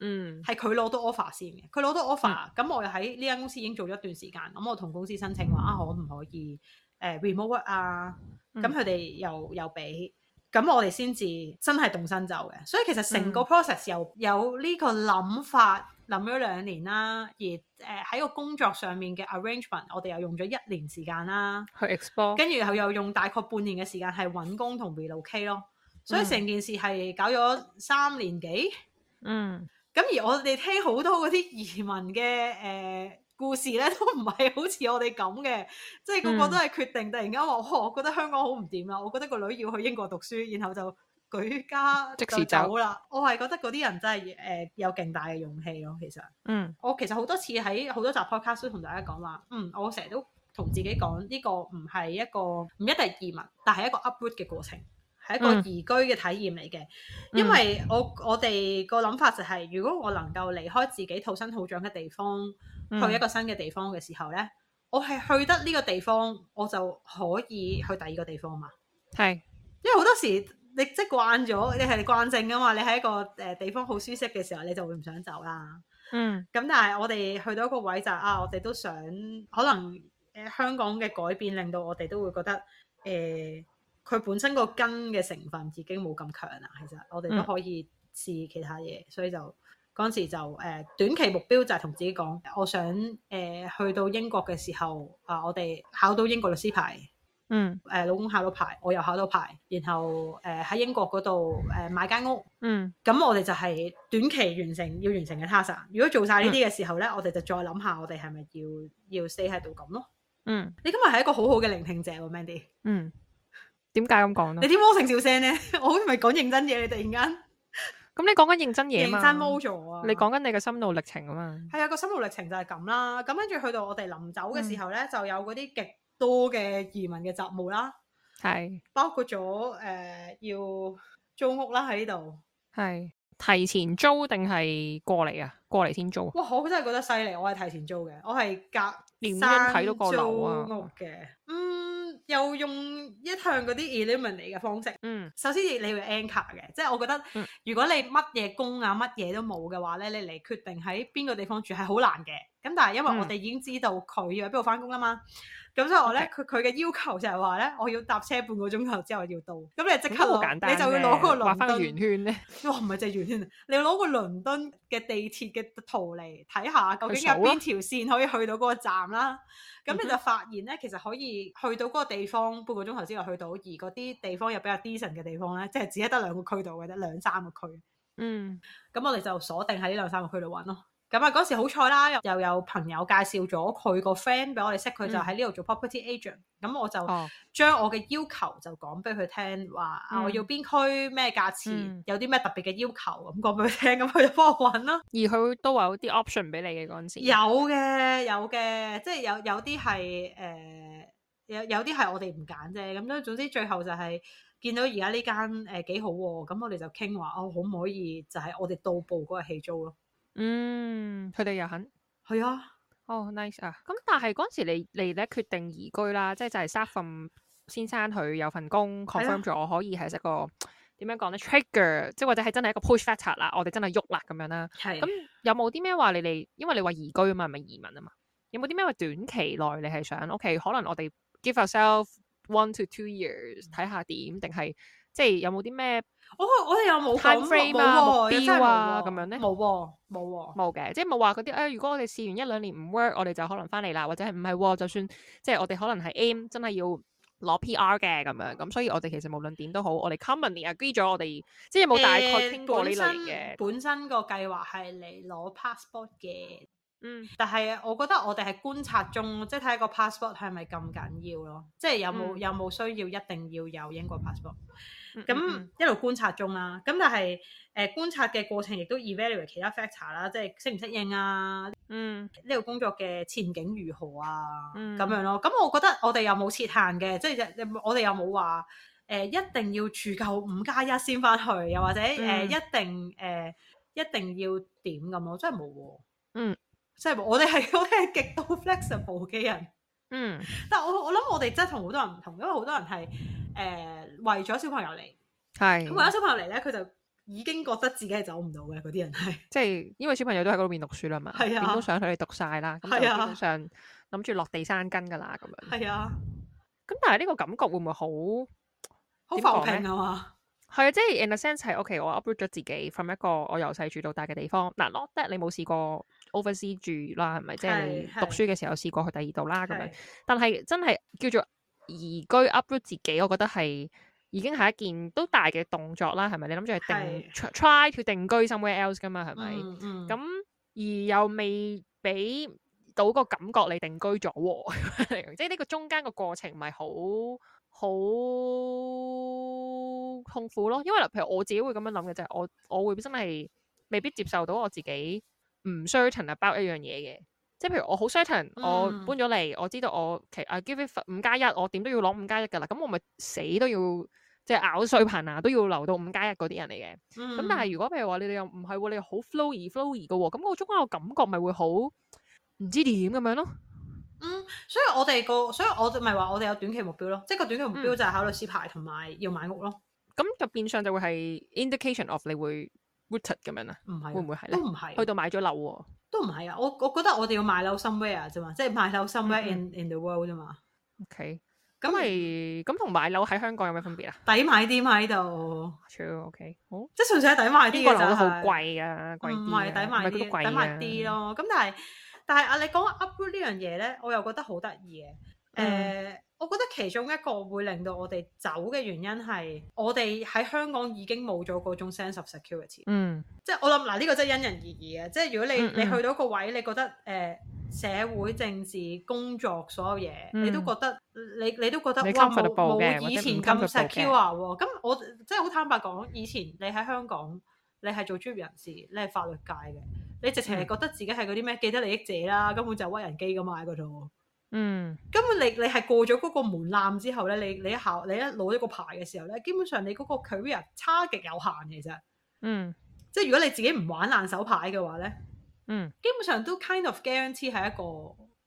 Speaker 1: 嗯
Speaker 2: 係佢攞到 offer 先嘅。佢攞到 offer，咁、我又喺呢間公司已經做咗一段時間，咁我同公司申請話啊，可唔可以誒、呃 remote work 啊？
Speaker 1: 嗯
Speaker 2: 咁佢哋又又俾，咁我哋先至真係動身走嘅。所以其實成個
Speaker 1: 嗯
Speaker 2: process 又有呢個諗法，諗咗兩年啦。而誒喺個工作上面嘅 arrangement，我哋又用咗一年時間啦。
Speaker 1: 去 explore
Speaker 2: 跟住又又用大概半年嘅時間係揾工同 relocate 咯。所以
Speaker 1: 嗯
Speaker 2: 成件事係搞咗三年幾。
Speaker 1: 嗯
Speaker 2: 咁而我哋聽好多嗰啲移民嘅誒、呃故事咧，都唔係好似我哋咁嘅，即係個個
Speaker 1: 嗯
Speaker 2: 都係決定突然間話，哦我覺得香港好唔掂啦，我覺得個女要去英國讀書，然後就舉家
Speaker 1: 即
Speaker 2: 就
Speaker 1: 時走
Speaker 2: 走啦。我係覺得嗰啲人真係誒、呃有勁大嘅勇氣咯。其實
Speaker 1: 嗯
Speaker 2: 我其實好多次喺好多集 podcast 都同大家講話，嗯，我成日都同自己講，呢、個唔係一個唔一定係移民，但係一個 uproot 嘅過程，係一個
Speaker 1: 嗯
Speaker 2: 移居嘅體驗嚟嘅。因為我我哋個諗法就係、如果我能夠離開自己土生土長嘅地方，
Speaker 1: 嗯
Speaker 2: 去一個新嘅地方嘅時候呢，我係去得呢個地方，我就可以去第二個地方嘛。
Speaker 1: 係
Speaker 2: 因為好多時你即係慣咗，你係慣性噶嘛，你喺一個誒、呃地方好舒適嘅時候，你就會唔想走啦。
Speaker 1: 嗯
Speaker 2: 咁但係我哋去到一個位就係啊，我哋都想可能誒、呃香港嘅改變令到我哋都會覺得誒、呃佢本身個根嘅成分已經冇咁強啦。其實我哋都
Speaker 1: 嗯
Speaker 2: 可以試其他嘢，所以就嗰陣時就誒、呃短期目標就係同自己講，我想誒、呃去到英國嘅時候啊，我哋考到英國律師牌。
Speaker 1: 嗯
Speaker 2: 誒、老公考到牌，我又考到牌，然後誒呃喺、英國嗰度誒買間屋，
Speaker 1: 嗯
Speaker 2: 咁我哋就係短期完成要完成嘅 task 啊。如果做晒呢啲嘅時候咧，我哋就再諗下我哋係咪要要 stay 喺度咁咯。
Speaker 1: 嗯
Speaker 2: 你今日係一個好好嘅聆聽者喎，Mandy。
Speaker 1: 嗯，點解咁講
Speaker 2: 你
Speaker 1: 咧？
Speaker 2: 啲魔性笑聲咧， 我好似咪講認真嘢，你突然
Speaker 1: 咁你講緊認真
Speaker 2: 間
Speaker 1: 嘢嘛？
Speaker 2: 認真 m 咗啊！
Speaker 1: 你講緊你嘅心路歷程啊嘛？
Speaker 2: 係啊，個心路歷程就係咁啦。咁跟住去到我哋臨走
Speaker 1: 嗯
Speaker 2: 嘅時候咧，就有嗰啲極多嘅移民嘅雜務啦，
Speaker 1: 係
Speaker 2: 包括咗誒、呃要租屋啦喺呢度。
Speaker 1: 係提前租定係過嚟啊？過嚟先租啊？
Speaker 2: 哇！我真係覺得犀利，我係提前租嘅，我係隔
Speaker 1: 連
Speaker 2: 山
Speaker 1: 恩睇到個樓啊
Speaker 2: 租屋嘅。嗯，又用一向嗰啲 eliminate 嘅方式。
Speaker 1: 嗯
Speaker 2: 首先你要 anchor 嘅，即係我覺得
Speaker 1: 嗯
Speaker 2: 如果你乜嘢工啊乜嘢都冇嘅話咧，你嚟決定喺邊個地方住係好難嘅。咁但係因為
Speaker 1: 嗯
Speaker 2: 我哋已經知道佢要喺邊度翻工啦啊嘛，咁所以我咧佢佢嘅要求就係話咧，我要搭車半個鐘頭之後要到，咁你就即
Speaker 1: 咁
Speaker 2: 刻
Speaker 1: 都好
Speaker 2: 攞
Speaker 1: 簡單啫，
Speaker 2: 你就會攞個
Speaker 1: 畫
Speaker 2: 倫
Speaker 1: 翻個
Speaker 2: 敦
Speaker 1: 圓圈咧，
Speaker 2: 哇，唔係就係圓圈，你要攞個倫敦嘅地鐵嘅圖嚟睇下，究
Speaker 1: 去
Speaker 2: 竟有
Speaker 1: 數啦啊
Speaker 2: 邊條線可以去到嗰個站啦。咁
Speaker 1: 嗯
Speaker 2: 你
Speaker 1: 哼
Speaker 2: 就發現咧，其實可以去到嗰個地方半個鐘頭之內去到，而嗰啲地方又比較 decent 嘅地方咧，即係只係得兩個區度嘅啫，兩三個區。
Speaker 1: 嗯
Speaker 2: 咁我哋就鎖定喺呢兩三個區度揾咯。咁啊嗰時好彩啦，又又有朋友介紹咗佢個 friend 俾我哋識，佢就
Speaker 1: 嗯
Speaker 2: 喺呢度做 property agent。咁我就
Speaker 1: 哦
Speaker 2: 將我嘅要求就講俾佢聽，話啊
Speaker 1: 嗯
Speaker 2: 我要邊區咩價錢，
Speaker 1: 嗯
Speaker 2: 有啲咩特別嘅要求咁講俾佢聽，咁佢就幫我揾 啦。
Speaker 1: 而佢都有啲 option 俾你嘅嗰陣時，
Speaker 2: 有嘅有嘅，即係有有啲係誒有有啲係我哋唔揀啫。咁咧總之最後就係、見到而家呢間誒幾好喎、咁我哋就傾話哦，可唔可以就係我哋到步嗰日起租咯？
Speaker 1: 嗯，佢哋又肯。
Speaker 2: 係啊。
Speaker 1: 哦、n i c e 啊！咁但係嗰陣時你你咧決定移居啦，即係就係 s a f 先生佢有份工
Speaker 2: 係啊
Speaker 1: confirm 咗我可以係一個點樣講咧 trigger，即係或者係真係一個 push factor 啦，我哋真係喐啦咁樣啦。
Speaker 2: 係
Speaker 1: 咁有冇啲咩話你哋，因為你話移居啊嘛，唔係移民啊嘛，有冇啲咩話短期內你係想 OK，可能我哋 give ourselves one to two years 睇下點，定係即係有冇啲咩
Speaker 2: 我哦我哋又冇
Speaker 1: Time
Speaker 2: 講
Speaker 1: frame
Speaker 2: 冇
Speaker 1: 啊
Speaker 2: 喎
Speaker 1: 目標
Speaker 2: 真係冇
Speaker 1: 啊
Speaker 2: 喎
Speaker 1: 咁樣呢
Speaker 2: 冇喎，冇喎。
Speaker 1: 冇嘅，即係冇話嗰啲哎誒。如果我哋試完一兩年唔 work，我哋就可能翻嚟啦，或者係唔係喎？就算即係我哋可能係 aim 真係要攞 PR 嘅咁樣，咁所以我哋其實無論點都好，我哋 commonly agree 咗，我哋即係有冇大概
Speaker 2: 誒
Speaker 1: 傾過呢
Speaker 2: 本
Speaker 1: 類
Speaker 2: 身
Speaker 1: 型嘅？
Speaker 2: 本身個計劃係嚟攞 passport 嘅，
Speaker 1: 嗯
Speaker 2: 但係我覺得我哋係觀察中，即係睇下個 passport 係咪咁緊要咯，即係有冇、
Speaker 1: 嗯
Speaker 2: 有冇需要一定要有英國 passport。
Speaker 1: 嗯
Speaker 2: 咁、
Speaker 1: 嗯
Speaker 2: 一路觀察中啦，咁但係誒、呃、觀察嘅過程亦都 evaluate 其他 factor 啦，即係適唔適應啊，
Speaker 1: 嗯
Speaker 2: 呢度工作嘅前景如何啊？咁、
Speaker 1: 嗯
Speaker 2: 樣咯，咁我覺得我哋又冇設限嘅，即係我哋又冇話呃誒一定要住夠五加一先翻去，又或者誒、呃
Speaker 1: 嗯
Speaker 2: 一定誒、呃一定要點咁咯，真係冇喎。
Speaker 1: 嗯，
Speaker 2: 真係冇我哋係 我哋係極度 flexible 嘅人，
Speaker 1: 嗯嗯，
Speaker 2: 但我我諗我哋真係同好多人唔同，因為好多人係誒、呃、為咗小朋友嚟，
Speaker 1: 係、
Speaker 2: 咁為咗小朋友嚟咧，佢就已經覺得自己係走唔到嘅嗰啲人係。
Speaker 1: 即係因為小朋友都喺嗰邊讀書啦嘛，
Speaker 2: 係啊
Speaker 1: 點都想佢哋讀晒啦，咁就
Speaker 2: 係啊
Speaker 1: 基本上諗住落地生根㗎啦咁樣。
Speaker 2: 係啊，
Speaker 1: 咁但係呢個感覺會唔會好？
Speaker 2: 好
Speaker 1: 點講
Speaker 2: 浮萍
Speaker 1: 呢
Speaker 2: 啊嘛，
Speaker 1: 係啊，即係 in a sense 係 OK，我 uproot 咗自己 from 一個我由細住到大嘅地方。嗱，not that 你冇試過 oversea 住啦，係咪？即係你
Speaker 2: 係係
Speaker 1: 讀書嘅時候試過去第二度啊啦咁
Speaker 2: 係
Speaker 1: 樣。但係真係叫做移居 uproot 自己，我覺得係已經係一件都大嘅動作啦，係咪？你諗住係定 try to 定居 somewhere else 噶嘛，係咪？
Speaker 2: 嗯嗯
Speaker 1: 咁、而又未俾到個感覺你定居咗喎， 即係呢個中間個過程咪好好痛苦咯。因為嗱譬如我自己會咁樣諗嘅就係我我會真係未必接受到我自己唔 certain about 一樣嘢嘅。即係譬如我好 certain，、我
Speaker 2: 嗯
Speaker 1: 搬咗嚟，我知道我其啊 give it 五加一我點都要攞五加一㗎啦。咁我咪死都要即係咬碎棚牙都要留到五加一嗰啲人嚟嘅。咁
Speaker 2: 咁
Speaker 1: 但係如果譬如話你哋又唔係喎，你又好 flowy flowy 嘅喎，咁個中間個感覺咪會好唔知點咁樣咯。
Speaker 2: 嗯，所以我哋個，所以我咪話我哋有短期目標咯，即係個短期目
Speaker 1: 嗯
Speaker 2: 標就係考律師牌同埋要買屋咯，
Speaker 1: 咁就變相就會係 indication of 你會 rooted 咁樣啦，
Speaker 2: 唔係啊
Speaker 1: 會唔會係
Speaker 2: 都
Speaker 1: 咧？
Speaker 2: 唔
Speaker 1: 去
Speaker 2: 係，
Speaker 1: 到買咗樓喎，
Speaker 2: 都唔係啊！我啊我覺得我哋要買樓 somewhere 啫嘛，即係買樓 somewhere
Speaker 1: 嗯
Speaker 2: in in the world 啫嘛。
Speaker 1: OK，咁
Speaker 2: 咁
Speaker 1: 咪咁同買樓喺香港有咩分別啊？
Speaker 2: 抵買啲嘛呢度，
Speaker 1: 超 OK，好。
Speaker 2: 即係純粹係抵買
Speaker 1: 英
Speaker 2: 啲
Speaker 1: 國
Speaker 2: 嘅
Speaker 1: 樓都好
Speaker 2: 就係
Speaker 1: 貴噶，貴啲
Speaker 2: 唔
Speaker 1: 㗎。
Speaker 2: 係抵買
Speaker 1: 唔係
Speaker 2: 啲，
Speaker 1: 佢都貴啊
Speaker 2: 抵買啲
Speaker 1: 㗎。
Speaker 2: 咯。咁但係但係啊，你講 upload 呢樣嘢咧，我又覺得好得意嘅。誒、
Speaker 1: 嗯
Speaker 2: 我覺得其中一個會令到我哋走嘅原因係，我哋喺香港已經冇咗嗰種 sense of security。
Speaker 1: 嗯
Speaker 2: 即係我諗嗱，呢、個真係因人而異嘅。即係如果你
Speaker 1: 嗯嗯
Speaker 2: 你去到一個位，你覺得誒、呃社會、政治、工作所有嘢，
Speaker 1: 嗯
Speaker 2: 你都覺得你你都覺得
Speaker 1: 你
Speaker 2: 哇冇
Speaker 1: comfortable 嘅
Speaker 2: 冇以前
Speaker 1: 或者
Speaker 2: 咁
Speaker 1: 唔 comfortable 嘅
Speaker 2: secure 喎。咁我即係好坦白講，以前你喺香港，你係做專業人士，你係法律界嘅，你直情係
Speaker 1: 嗯
Speaker 2: 覺得自己係嗰啲咩既得利益者啦，根本就係屈人機噶嘛喺嗰度。
Speaker 1: 嗯
Speaker 2: 根本你你係過咗嗰個門檻之後咧，你你一考你一攞咗個牌嘅時候咧，基本上你嗰個 career 差極有限其實。
Speaker 1: 嗯
Speaker 2: 即係如果你自己唔玩爛手牌嘅話咧，
Speaker 1: 嗯
Speaker 2: 基本上都 kind of guarantee 係一個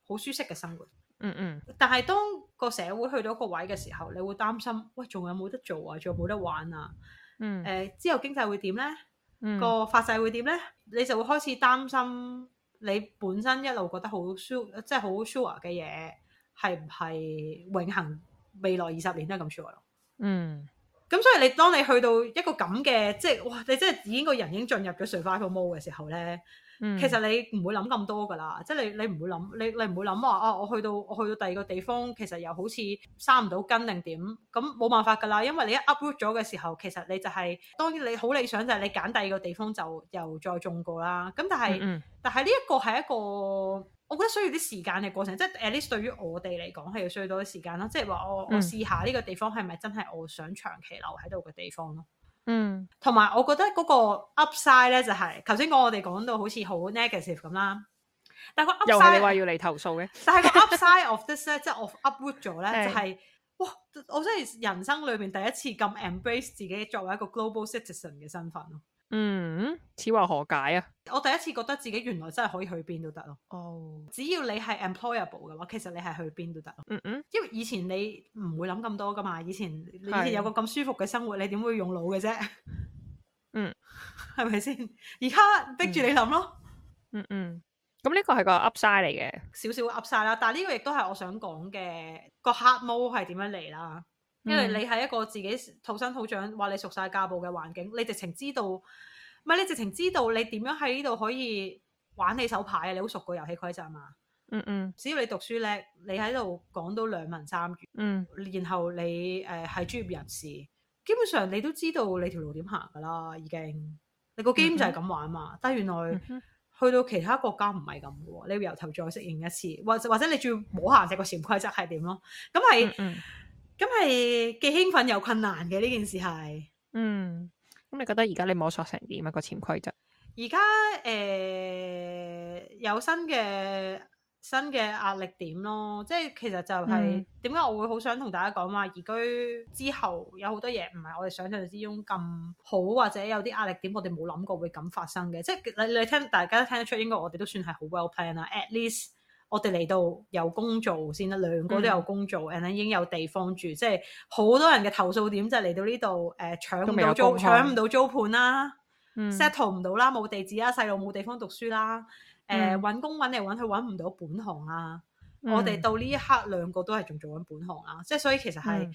Speaker 2: 好舒適嘅生活。
Speaker 1: 嗯嗯
Speaker 2: 但係當個社會去到一個位嘅時候，你會擔心，喂，仲有冇得做啊？仲有冇得玩啊？誒、
Speaker 1: 嗯
Speaker 2: 之後經濟會點咧？
Speaker 1: 嗯
Speaker 2: 個、法制會點咧？你就會開始擔心你本身一路覺得好 sure，即係好 sure 嘅嘢係唔係永恆未來二十年都係咁 sure 咯？
Speaker 1: 嗯
Speaker 2: 咁所以你當你去到一個咁嘅，即係哇，你真係已經個人已經進入咗 survival mode 嘅時候咧。
Speaker 1: 嗯，
Speaker 2: 其實你唔會諗咁多㗎啦，即係你你唔會諗，你你唔會諗話啊，我去到我去到第二個地方，其實又好似生唔到根定點，咁冇辦法㗎啦，因為你一 uproot 咗嘅時候，其實你就係、當然你好理想就係你揀第二個地方就又再種過啦，咁但係、
Speaker 1: 嗯
Speaker 2: 但係呢一個係一個，我覺得需要啲時間嘅過程，即係 at least 對於我哋嚟講係要需要多啲時間咯，即係話我我
Speaker 1: 嗯
Speaker 2: 試下呢個地方係咪真係我想長期留喺度嘅地方咯。
Speaker 1: 嗯
Speaker 2: 同埋我覺得嗰個 upside 咧就係頭先講我哋講到好似好 negative 咁啦，但係個
Speaker 1: 嗯又係你話
Speaker 2: upside，
Speaker 1: 要嚟投訴嘅，
Speaker 2: 但係個 upside of this 咧，即係我 uproot 咗
Speaker 1: 係
Speaker 2: 咧，就係哇！我真係人生裏面第一次咁 embrace 自己作為一個 global citizen 嘅身份咯。
Speaker 1: 嗯，此話何解啊？
Speaker 2: 我第一次覺得自己原來真係可以去邊都得咯，
Speaker 1: 哦，
Speaker 2: 只要你係 employable 嘅話，其實你係去邊都得咯。
Speaker 1: 嗯嗯
Speaker 2: 因為以前你唔會諗咁多噶嘛，以前你以前
Speaker 1: 係
Speaker 2: 有個咁舒服嘅生活，你點會用腦嘅啫？
Speaker 1: 嗯，
Speaker 2: 係咪先？而家逼住你諗咯。
Speaker 1: 嗯嗯，咁呢個係個 Upside 嚟嘅，
Speaker 2: 少少 up 晒啦，但係呢個亦都係我想講嘅個 hard mode 係點樣嚟啦。因為
Speaker 1: 嗯
Speaker 2: 你係一個自己土生土長，話你熟晒家暴嘅環境，你直情知道，唔係你直情知道你點樣喺呢度可以玩你手牌啊！你好熟個遊戲規則啊嘛。
Speaker 1: 嗯嗯
Speaker 2: 只要你讀書叻，你喺度講到兩文三語，
Speaker 1: 嗯
Speaker 2: 然後你呃誒係、專業人士，基本上你都知道你條路點行㗎啦，已經。你個 game 就係咁玩嘛，但係原來。
Speaker 1: 嗯哼
Speaker 2: 去到其他國家唔係咁嘅喎，你要由頭再適應一次，或者或者你仲要摸下隻個潛規則係點咯。咁係
Speaker 1: 嗯嗯
Speaker 2: 咁係既興奮又困難嘅呢件事係。
Speaker 1: 嗯，咁你覺得而家你摸索成點啊？個潛規則？
Speaker 2: 而家誒有新嘅新嘅壓力點咯，即係其實就係
Speaker 1: 嗯
Speaker 2: 點解我會好想同大家講話移居之後有好多嘢唔係我哋想象之中咁好，或者有啲壓力點我哋冇諗過會咁發生嘅。即係你你聽大家都聽得出，應該我哋都算係好 well plan 啦。At least 我哋嚟到有工做先啦，兩
Speaker 1: 嗯
Speaker 2: 個都有工做，and then 已經有地方住，即係好多人嘅投訴點就係嚟到呢度誒搶
Speaker 1: 都
Speaker 2: 唔
Speaker 1: 未
Speaker 2: 到
Speaker 1: 有
Speaker 2: 租
Speaker 1: 工開
Speaker 2: 搶唔到租盤啦。
Speaker 1: 嗯
Speaker 2: settle 唔到啦，冇地址啦，細路冇地方讀書啦，誒
Speaker 1: 嗯
Speaker 2: 揾工揾嚟揾去揾唔到本行啊！我哋到呢一刻兩個都係仲做緊本行啊，即係所以其實係
Speaker 1: 嗯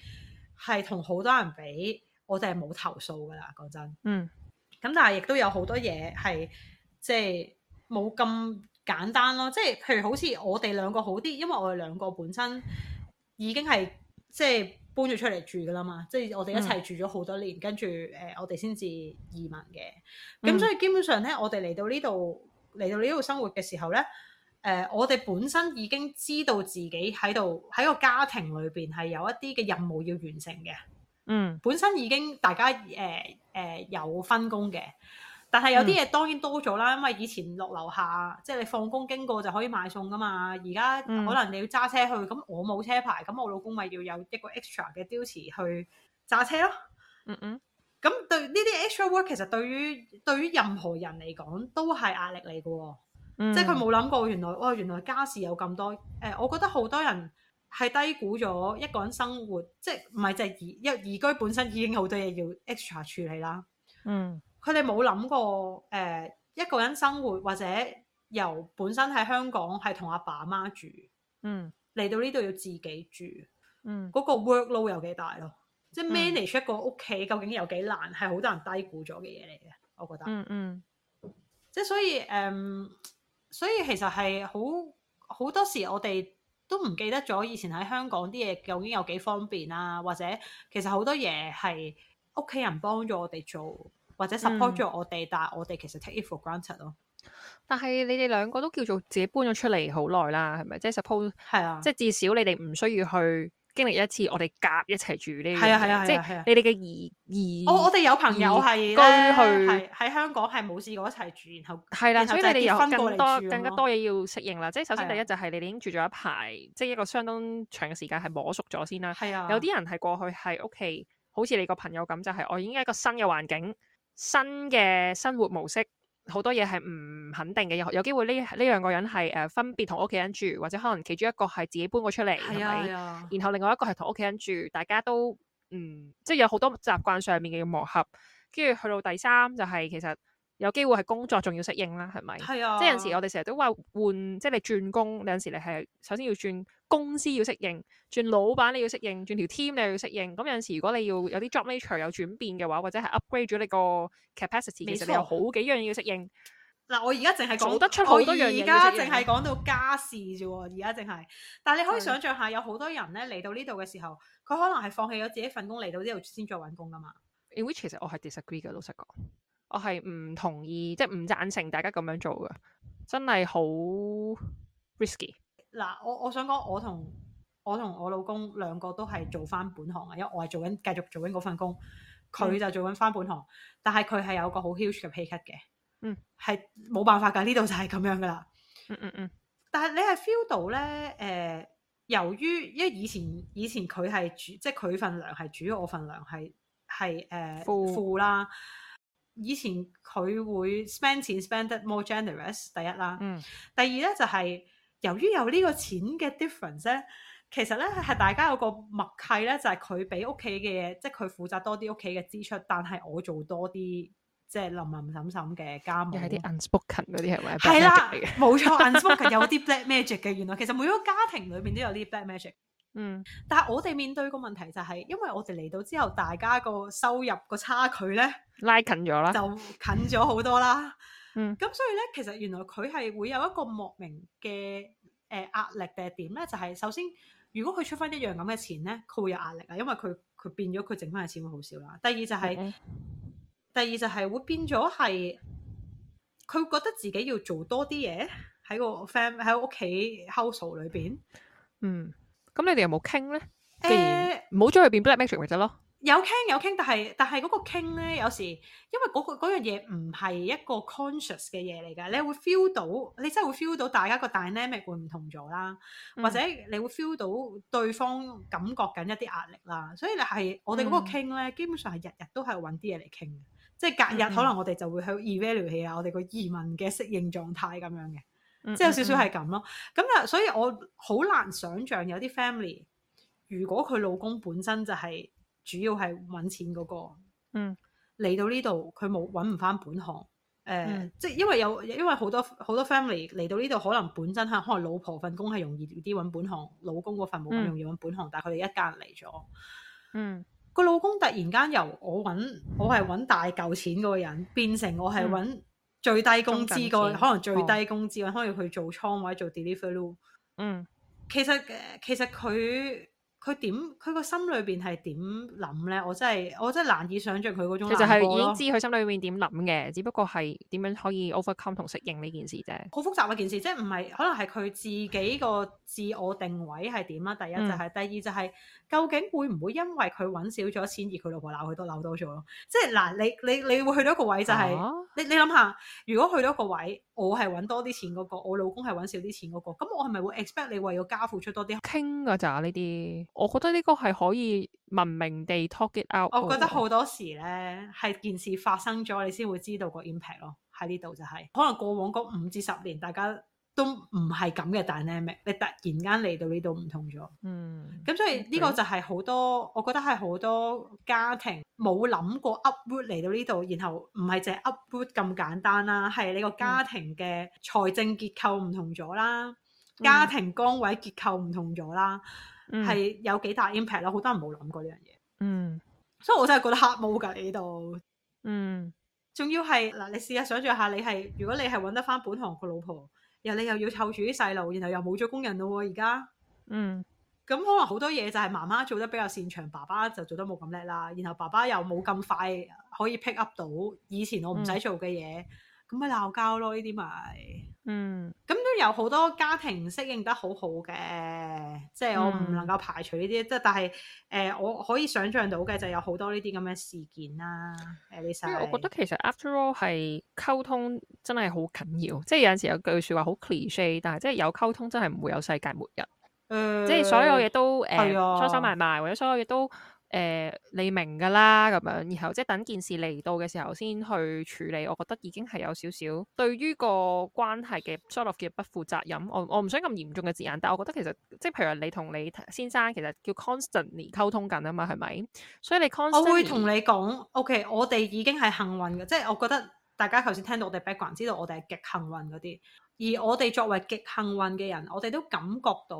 Speaker 2: 係同好多人比，我哋係冇投訴噶啦，講真。
Speaker 1: 嗯
Speaker 2: 咁但係亦都有好多嘢係即係冇咁簡單咯，即係譬如好似我哋兩個好啲，因為我哋兩個本身已經係即係搬咗出嚟住噶啦嘛，即係我哋一
Speaker 1: 嗯
Speaker 2: 齊住咗好多年，跟住誒我哋先至移民嘅，咁
Speaker 1: 嗯
Speaker 2: 所以基本上咧，我哋嚟到呢度嚟到呢度生活嘅時候咧。誒、我哋本身已經知道自己喺度喺個家庭裏邊係有一啲嘅任務要完成嘅，
Speaker 1: 嗯
Speaker 2: 本身已經大家誒誒、呃呃有分工嘅，但
Speaker 1: 嗯
Speaker 2: 係有啲嘢當然多咗啦，因為以前落樓下即係你放工經過就可以買餸噶嘛，而家可
Speaker 1: 嗯
Speaker 2: 能你要揸車去，咁我冇車牌，咁我老公咪要有一個 extra 嘅 duty 去揸車咯。
Speaker 1: 嗯嗯
Speaker 2: 咁對呢啲 extra work 其實對於對於任何人嚟講都係壓力嚟嘅喎。
Speaker 1: 嗯，
Speaker 2: 即係佢冇諗過原來哇、原來家事有咁多。誒、呃我覺得好多人係低估咗一個人生活，即係唔係就係移因為移居本身已經好多嘢要 extra 處理啦。
Speaker 1: 嗯
Speaker 2: 佢哋冇諗過誒、呃一個人生活或者由本身喺香港係同阿爸阿媽住
Speaker 1: 嗯
Speaker 2: 嚟到呢度要自己住，
Speaker 1: 嗯，
Speaker 2: 嗰個 workload 有幾大咯，即係
Speaker 1: 嗯
Speaker 2: manage 一個屋企究竟有幾難，係好多人低估咗嘅嘢嚟嘅，我覺得。
Speaker 1: 嗯嗯
Speaker 2: 即係所以誒、嗯所以其實係好好多時我哋都唔記得咗以前喺香港啲嘢究竟有幾方便啊，或者其實好多嘢係屋企人幫咗我哋做，或者 support
Speaker 1: 嗯
Speaker 2: 咗我哋，但係我哋其實 take it for granted 咯。
Speaker 1: 但係你哋兩個都叫做自己搬咗出嚟好耐啦，係咪？即係 suppose，
Speaker 2: 係啊，
Speaker 1: 即係至少你哋唔需要去經歷一次我哋夾一齊住呢樣嘢，
Speaker 2: 係啊係啊
Speaker 1: 即
Speaker 2: 係啊係啊
Speaker 1: 係你哋嘅移移
Speaker 2: 哦我我哋有朋友係咧
Speaker 1: 移居去
Speaker 2: 係喺香港係冇試過一齊住，然後
Speaker 1: 係啦，
Speaker 2: 然後
Speaker 1: 所以
Speaker 2: 就係
Speaker 1: 你哋
Speaker 2: 結
Speaker 1: 有
Speaker 2: 婚
Speaker 1: 更
Speaker 2: 過嚟
Speaker 1: 多
Speaker 2: 住咁
Speaker 1: 更加
Speaker 2: 咯
Speaker 1: 多嘢要適應啦。即係首先
Speaker 2: 係啊
Speaker 1: 第一就係你哋已經住咗一排，即係一個相當長嘅時間係摸熟咗先啦。
Speaker 2: 係啊，
Speaker 1: 有啲人係過去係屋企，好似你個朋友咁，就係、哦我已經一個新嘅環境、新嘅生活模式，好多嘢係唔肯定嘅。有有機會呢呢兩個人係誒、呃分別同屋企人住，或者可能其中一個係自己搬過出嚟，係
Speaker 2: 係
Speaker 1: 咪、
Speaker 2: 啊係啊，
Speaker 1: 然後另外一個係同屋企人住，大家都嗯，即係有好多習慣上面嘅磨合。跟住去到第三就係、其實有機會係工作仲要適應啦，係咪？
Speaker 2: 係啊，
Speaker 1: 即係有陣時我哋成日都話換，即係你轉工，有陣時你係首先要轉公司要適應，轉老闆你要適應，轉條 team 你又要適應。咁有陣時如果你要有啲 job nature 有轉變嘅話，或者係 upgrade 咗你個 capacity，
Speaker 2: 冇
Speaker 1: 其實你有
Speaker 2: 錯
Speaker 1: 好幾樣嘢要適應。
Speaker 2: 嗱，我而家淨係講
Speaker 1: 做得出好多樣嘢
Speaker 2: 我而家
Speaker 1: 嘅啫
Speaker 2: 淨係講到家事啫喎，而家淨係。但係你可以
Speaker 1: 係
Speaker 2: 想象下，有好多人咧嚟到呢度嘅時候，佢可能係放棄咗自己份工嚟到呢度先再揾工噶嘛。
Speaker 1: In which 其實我係 disagree 嘅，老實講，我係唔同意，即係唔贊成大家咁樣做嘅，真係好 risky。
Speaker 2: 嗱，我我想講，我同我同我老公兩個都係做翻本行啊，因為我係做緊繼續做緊嗰份工，佢
Speaker 1: 嗯
Speaker 2: 就做緊翻本行，但係佢係有個好 huge 嘅 pay cut 嘅，
Speaker 1: 嗯，
Speaker 2: 係冇辦法㗎，呢度就係咁樣㗎啦。
Speaker 1: 嗯嗯嗯，
Speaker 2: 但係你係 feel 到咧，誒、由於因為以前以前佢係主，即係佢份糧係主，我份糧係係誒
Speaker 1: 富
Speaker 2: 富啦。以前佢會 spend 錢 spend 得 more generous，第一啦。
Speaker 1: 嗯
Speaker 2: 第二咧就係、由於有呢個錢嘅 difference 咧，其實咧係大家有個默契咧，就係佢俾屋企嘅嘢，即係佢負責多啲屋企嘅支出，但係我做多啲即係林林沈沈嘅家務。
Speaker 1: 又係啲 unspoken 嗰啲係咪？
Speaker 2: 哦係啦
Speaker 1: black magic 嚟嘅，
Speaker 2: 冇錯 u n s p o k e 有啲 black magic 嘅，原來其實每個家庭裏面都有啲 black magic。
Speaker 1: 嗯
Speaker 2: 但係我哋面對個問題就係、因為我哋嚟到之後，大家個收入個差距咧
Speaker 1: 拉近咗啦
Speaker 2: 就，近咗好多啦。
Speaker 1: 啊嗯
Speaker 2: 咁所以咧，其實原來佢係會有一個莫名嘅誒壓力定係點咧？就係、首先，如果佢出翻一樣咁嘅錢咧，佢會有壓力啊，因為佢佢變咗佢剩翻嘅錢會好少啦。第二就係、
Speaker 1: 嗯
Speaker 2: 第二就係會變咗係佢覺得自己要做多啲嘢喺個 fam 喺屋企 household 裏邊。
Speaker 1: 嗯，咁你哋有冇傾咧？
Speaker 2: 誒、
Speaker 1: 既然唔好將佢變 black magic 咪得咯，
Speaker 2: 有傾有傾，但係但係嗰個傾咧，有時因為嗰、個嗰樣嘢唔係一個 conscious 嘅嘢嚟㗎，你會 feel 到，你真係會 feel 到大家個 dynamic 會唔同咗啦，
Speaker 1: 嗯
Speaker 2: 或者你會 feel 到對方感覺緊一啲壓力啦，所以你係我哋嗰個
Speaker 1: 嗯
Speaker 2: 傾咧，基本上係日日都係揾啲嘢嚟傾嘅，即係隔日
Speaker 1: 嗯嗯
Speaker 2: 可能我哋就會去 evaluate 下我哋個移民嘅適應狀態咁樣嘅。
Speaker 1: 嗯
Speaker 2: 即係有少少。
Speaker 1: 嗯
Speaker 2: 係咁咯。咁啊，所以我好難想像有啲 family，如果佢老公本身就係主要係揾錢嗰、個，
Speaker 1: 嗯，
Speaker 2: 嚟到呢度佢冇揾唔翻本行，誒、
Speaker 1: 嗯
Speaker 2: 即係因為有因為好多好多 family 嚟到呢度，可能本身係可能老婆份工係容易啲揾本行，老公嗰份冇咁
Speaker 1: 嗯
Speaker 2: 容易揾本行，但係佢哋一家人嚟咗。
Speaker 1: 嗯
Speaker 2: 個老公突然間由我揾，我係揾大嚿錢嗰個人，變成我係揾最低工資嗰個，
Speaker 1: 嗯中等錢哦
Speaker 2: 可能最低工資，可能佢做倉位做 delivery。
Speaker 1: 嗯
Speaker 2: 其實呃其實佢佢點佢個心裏邊係點諗咧？我真係我真係難以想象佢嗰
Speaker 1: 嗯，
Speaker 2: 種
Speaker 1: 其實
Speaker 2: 難
Speaker 1: 係
Speaker 2: 過咯
Speaker 1: 已經知佢心裏面點諗嘅，只不過係點樣可以 overcome 同適應呢件事啫。
Speaker 2: 好複雜嘅件事，即係唔係可能係佢自己個自我定位係點啦？第一就
Speaker 1: 嗯
Speaker 2: 係、第二就係、究竟會唔會因為佢揾少咗錢而佢老婆鬧佢都鬧多咗咯？即係嗱，你你你會去到一個位就係、
Speaker 1: 啊
Speaker 2: 你你諗下，如果去到一個位，我係揾多啲錢嗰、個，我老公係揾少啲錢嗰、個，咁我係咪會 expect 你為個家付出多啲？
Speaker 1: 傾噶咋呢啲，我覺得呢個係可以文明地 talk it out 㗎喎。
Speaker 2: 我覺得好多時咧，係件事發生咗，你先會知道個 impact 咯。喺呢度就係、可能過往嗰五至十年，大家都唔係咁嘅 dynamic，你突然間嚟到呢度唔同咗，
Speaker 1: 嗯，
Speaker 2: 咁所以呢個就係好多，我覺得係好多家庭冇諗過 uproot 嚟到呢度，然後唔係淨係 uproot 咁簡單啦，係你個家庭嘅財政結構唔同咗啦，家庭崗位結構唔同咗啦。
Speaker 1: 嗯
Speaker 2: 係有幾大 impact 啦，好多人冇諗過呢樣嘢，
Speaker 1: 嗯
Speaker 2: 所以我真係覺得黑毛㗎你呢度。
Speaker 1: 嗯
Speaker 2: 仲要係嗱，你試下想象下，你係如果你係揾得翻本行個老婆，然後你又要湊住啲細路，然後又冇咗工人咯喎，而家
Speaker 1: 嗯
Speaker 2: 咁可能好多嘢就係媽媽做得比較擅長，爸爸就做得冇咁叻啦，然後爸爸又冇咁快可以 pick up 到以前我唔使做嘅嘢，咁咪鬧交咯呢啲咪。
Speaker 1: 嗯
Speaker 2: 咁都有好多家庭適應得好好嘅，即係我唔
Speaker 1: 嗯
Speaker 2: 能夠排除呢啲，即係但係誒、呃我可以想象到嘅就有好多呢啲咁嘅事件啦。誒，你
Speaker 1: 因為我覺得其實 after all 係溝通真係好緊要，即係有陣時有句説話好 cliche，但係即係有溝通真係唔會有世界末日，
Speaker 2: 呃
Speaker 1: 即係所有嘢都誒
Speaker 2: 係啊
Speaker 1: 收收埋埋，或者所有嘢都誒、呃你明㗎啦咁樣，然後即係等件事嚟到嘅時候先去處理，我覺得已經係有少少對於個關係嘅 sort of 嘅不負責任。我我唔想咁嚴重嘅字眼，但我覺得其實即係譬如話你同你先生其實叫 constantly 溝通緊啊嘛，係咪？所以你 constantly
Speaker 2: 我會同你講，OK，我哋已經係幸運嘅，即係我覺得大家頭先聽到我哋 background，知道我哋係極幸運嗰啲，而我哋作為極幸運嘅人，我哋都感覺到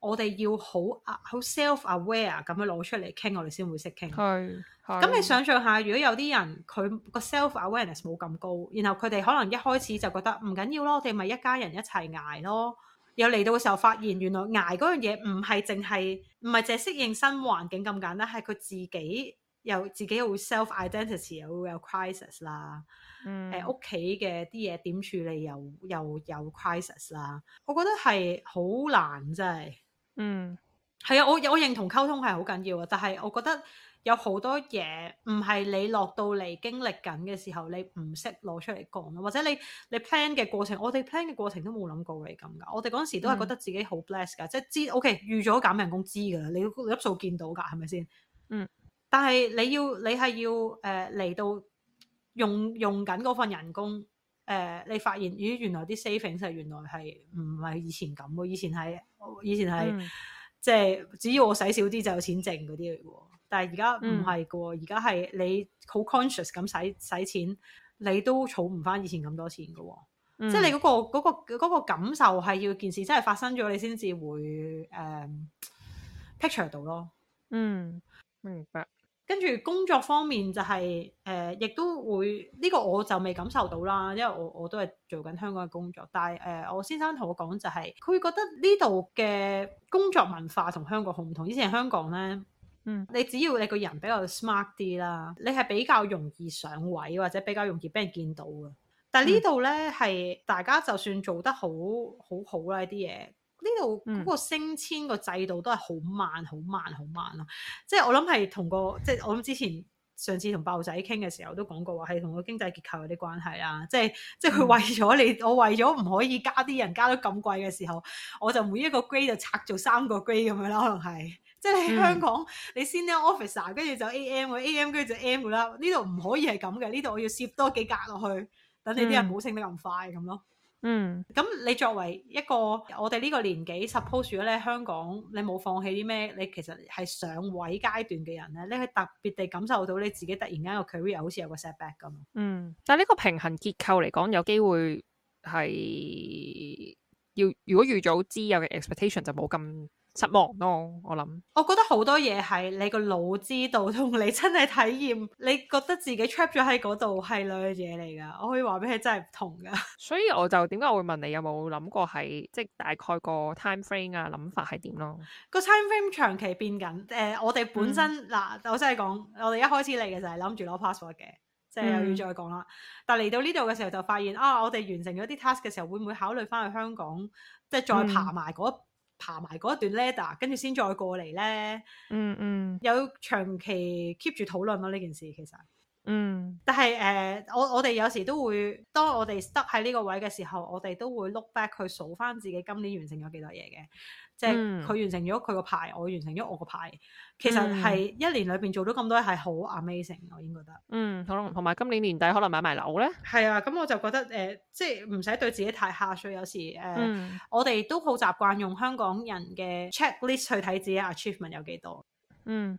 Speaker 2: 我哋要好啊好 self aware 咁樣攞出嚟傾，我哋先會識傾。
Speaker 1: 係係
Speaker 2: 咁你想象下，如果有啲人佢個 self awareness 冇咁高，然後佢哋可能一開始就覺得唔緊要咯，我哋咪一家人一齊捱咯。又嚟到嘅時候，發現原來捱嗰樣嘢唔係淨係唔係淨係適應新環境咁簡單，係佢自己又自己會 self identity 又會有 crisis 啦。
Speaker 1: 嗯
Speaker 2: 誒屋企嘅啲嘢點處理又又有 crisis 啦。我覺得係好難真係。
Speaker 1: 嗯
Speaker 2: 係啊，我我認同溝通係好緊要啊，但係我覺得有好多嘢唔係你落到嚟經歷緊嘅時候，你唔識攞出嚟講咯，或者你你 plan 嘅過程，我哋 plan 嘅過程都冇諗過會係咁噶，我哋嗰陣時都係覺得自己好 bless 噶，即係知 OK 預咗減人工知噶啦，你粒數見到㗎，係咪先？
Speaker 1: 嗯。
Speaker 2: 但係你要你係要誒嚟、到用用緊嗰份人工。誒、你發現咦，原來啲 savings 係原來係唔係以前咁喎？以前係以前係、
Speaker 1: 嗯
Speaker 2: 即係只要我使少啲就有錢剩嗰啲嚟嘅喎。但係而家唔
Speaker 1: 嗯
Speaker 2: 係嘅喎，而家係你好 conscious 咁使使錢，你都儲唔翻以前咁多錢嘅喎。
Speaker 1: 嗯
Speaker 2: 即係你嗰、個嗰、個嗰個感受係要件事真係發生咗，你先至會誒、嗯 picture 到咯。
Speaker 1: 嗯明白
Speaker 2: 跟住工作方面就係、誒、亦都會呢、個我就未感受到啦，因為我我都係做緊香港嘅工作，但係誒、呃我先生同我講就係、佢覺得呢度嘅工作文化同香港好唔同。以前香港呢，
Speaker 1: 嗯，
Speaker 2: 你只要你個人比較 smart 啲啦，你係比較容易上位或者比較容易俾人見到嘅。
Speaker 1: 嗯
Speaker 2: 但係呢度呢，係大家就算做得好好好啦呢啲嘢，呢度嗰
Speaker 1: 嗯
Speaker 2: 個升遷個制度都係好慢、好慢、好慢咯。即係我諗係同個即係我諗之前上次同爆仔傾嘅時候都講過話係同個經濟結構有啲關係啦。即係即係佢
Speaker 1: 嗯
Speaker 2: 為咗你，我為咗唔可以加啲人加得咁貴嘅時候，我就每一個 grade 就拆做三個 grade 咁樣啦，可能係。即係你喺
Speaker 1: 嗯
Speaker 2: 香港，你先 e officer，跟住就 AM 喎，AM 跟住就 M 㗎啦。呢度唔可以係咁嘅，呢度我要攝多幾格落去，等你啲人
Speaker 1: 嗯
Speaker 2: 唔好升得咁快咁咯。
Speaker 1: 嗯
Speaker 2: 咁你作為一個我哋呢個年紀，suppose 如果你喺香港，你冇放棄啲咩，你其實係上位階段嘅人咧，你係特別地感受到你自己突然間個 career 好似有個 setback 咁。
Speaker 1: 嗯，但係呢個平衡結構嚟講，有機會係要如果預早知有嘅 expectation 就冇咁失望咯。我諗，
Speaker 2: 我覺得好多嘢係你個腦知道同你真係體驗，你覺得自己 trap 咗喺嗰度係兩樣嘢嚟㗎。我可以話俾你真係唔同㗎。
Speaker 1: 所以我就點解我會問你有冇諗過係即係大概個 time frame 啊諗法係點咯？
Speaker 2: 個 time frame 長期變緊。誒、呃我哋本
Speaker 1: 嗯
Speaker 2: 身嗱、我真係講，我哋一開始嚟嘅就係諗住攞 passport 嘅，即係又要
Speaker 1: 嗯
Speaker 2: 再講啦。但嚟到呢度嘅時候就發現啊，我哋完成咗啲 task 嘅時候，會唔會考慮翻去香港，即係再爬
Speaker 1: 嗯
Speaker 2: 埋嗰、爬埋嗰一段 ladder，跟住先再過嚟咧？
Speaker 1: 嗯嗯
Speaker 2: 有長期 keep 住討論咯呢件事其實。
Speaker 1: 嗯
Speaker 2: 但係誒、呃我我哋有時都會，當我哋得喺呢個位嘅時候，我哋都會 look back 去數翻自己今年完成咗幾多嘢嘅，即係
Speaker 1: 嗯
Speaker 2: 佢完成咗佢個牌，我完成咗我個牌。其實係一年裏邊做到咁多嘢係好 amazing，我已經覺得。
Speaker 1: 嗯，可能同埋今年年底可能買埋樓咧。
Speaker 2: 係啊，咁我就覺得誒、呃即係唔使對自己太 harsh 有時誒。呃
Speaker 1: 嗯
Speaker 2: 我哋都好習慣用香港人嘅 checklist 去睇自己 achievement 有幾多，
Speaker 1: 嗯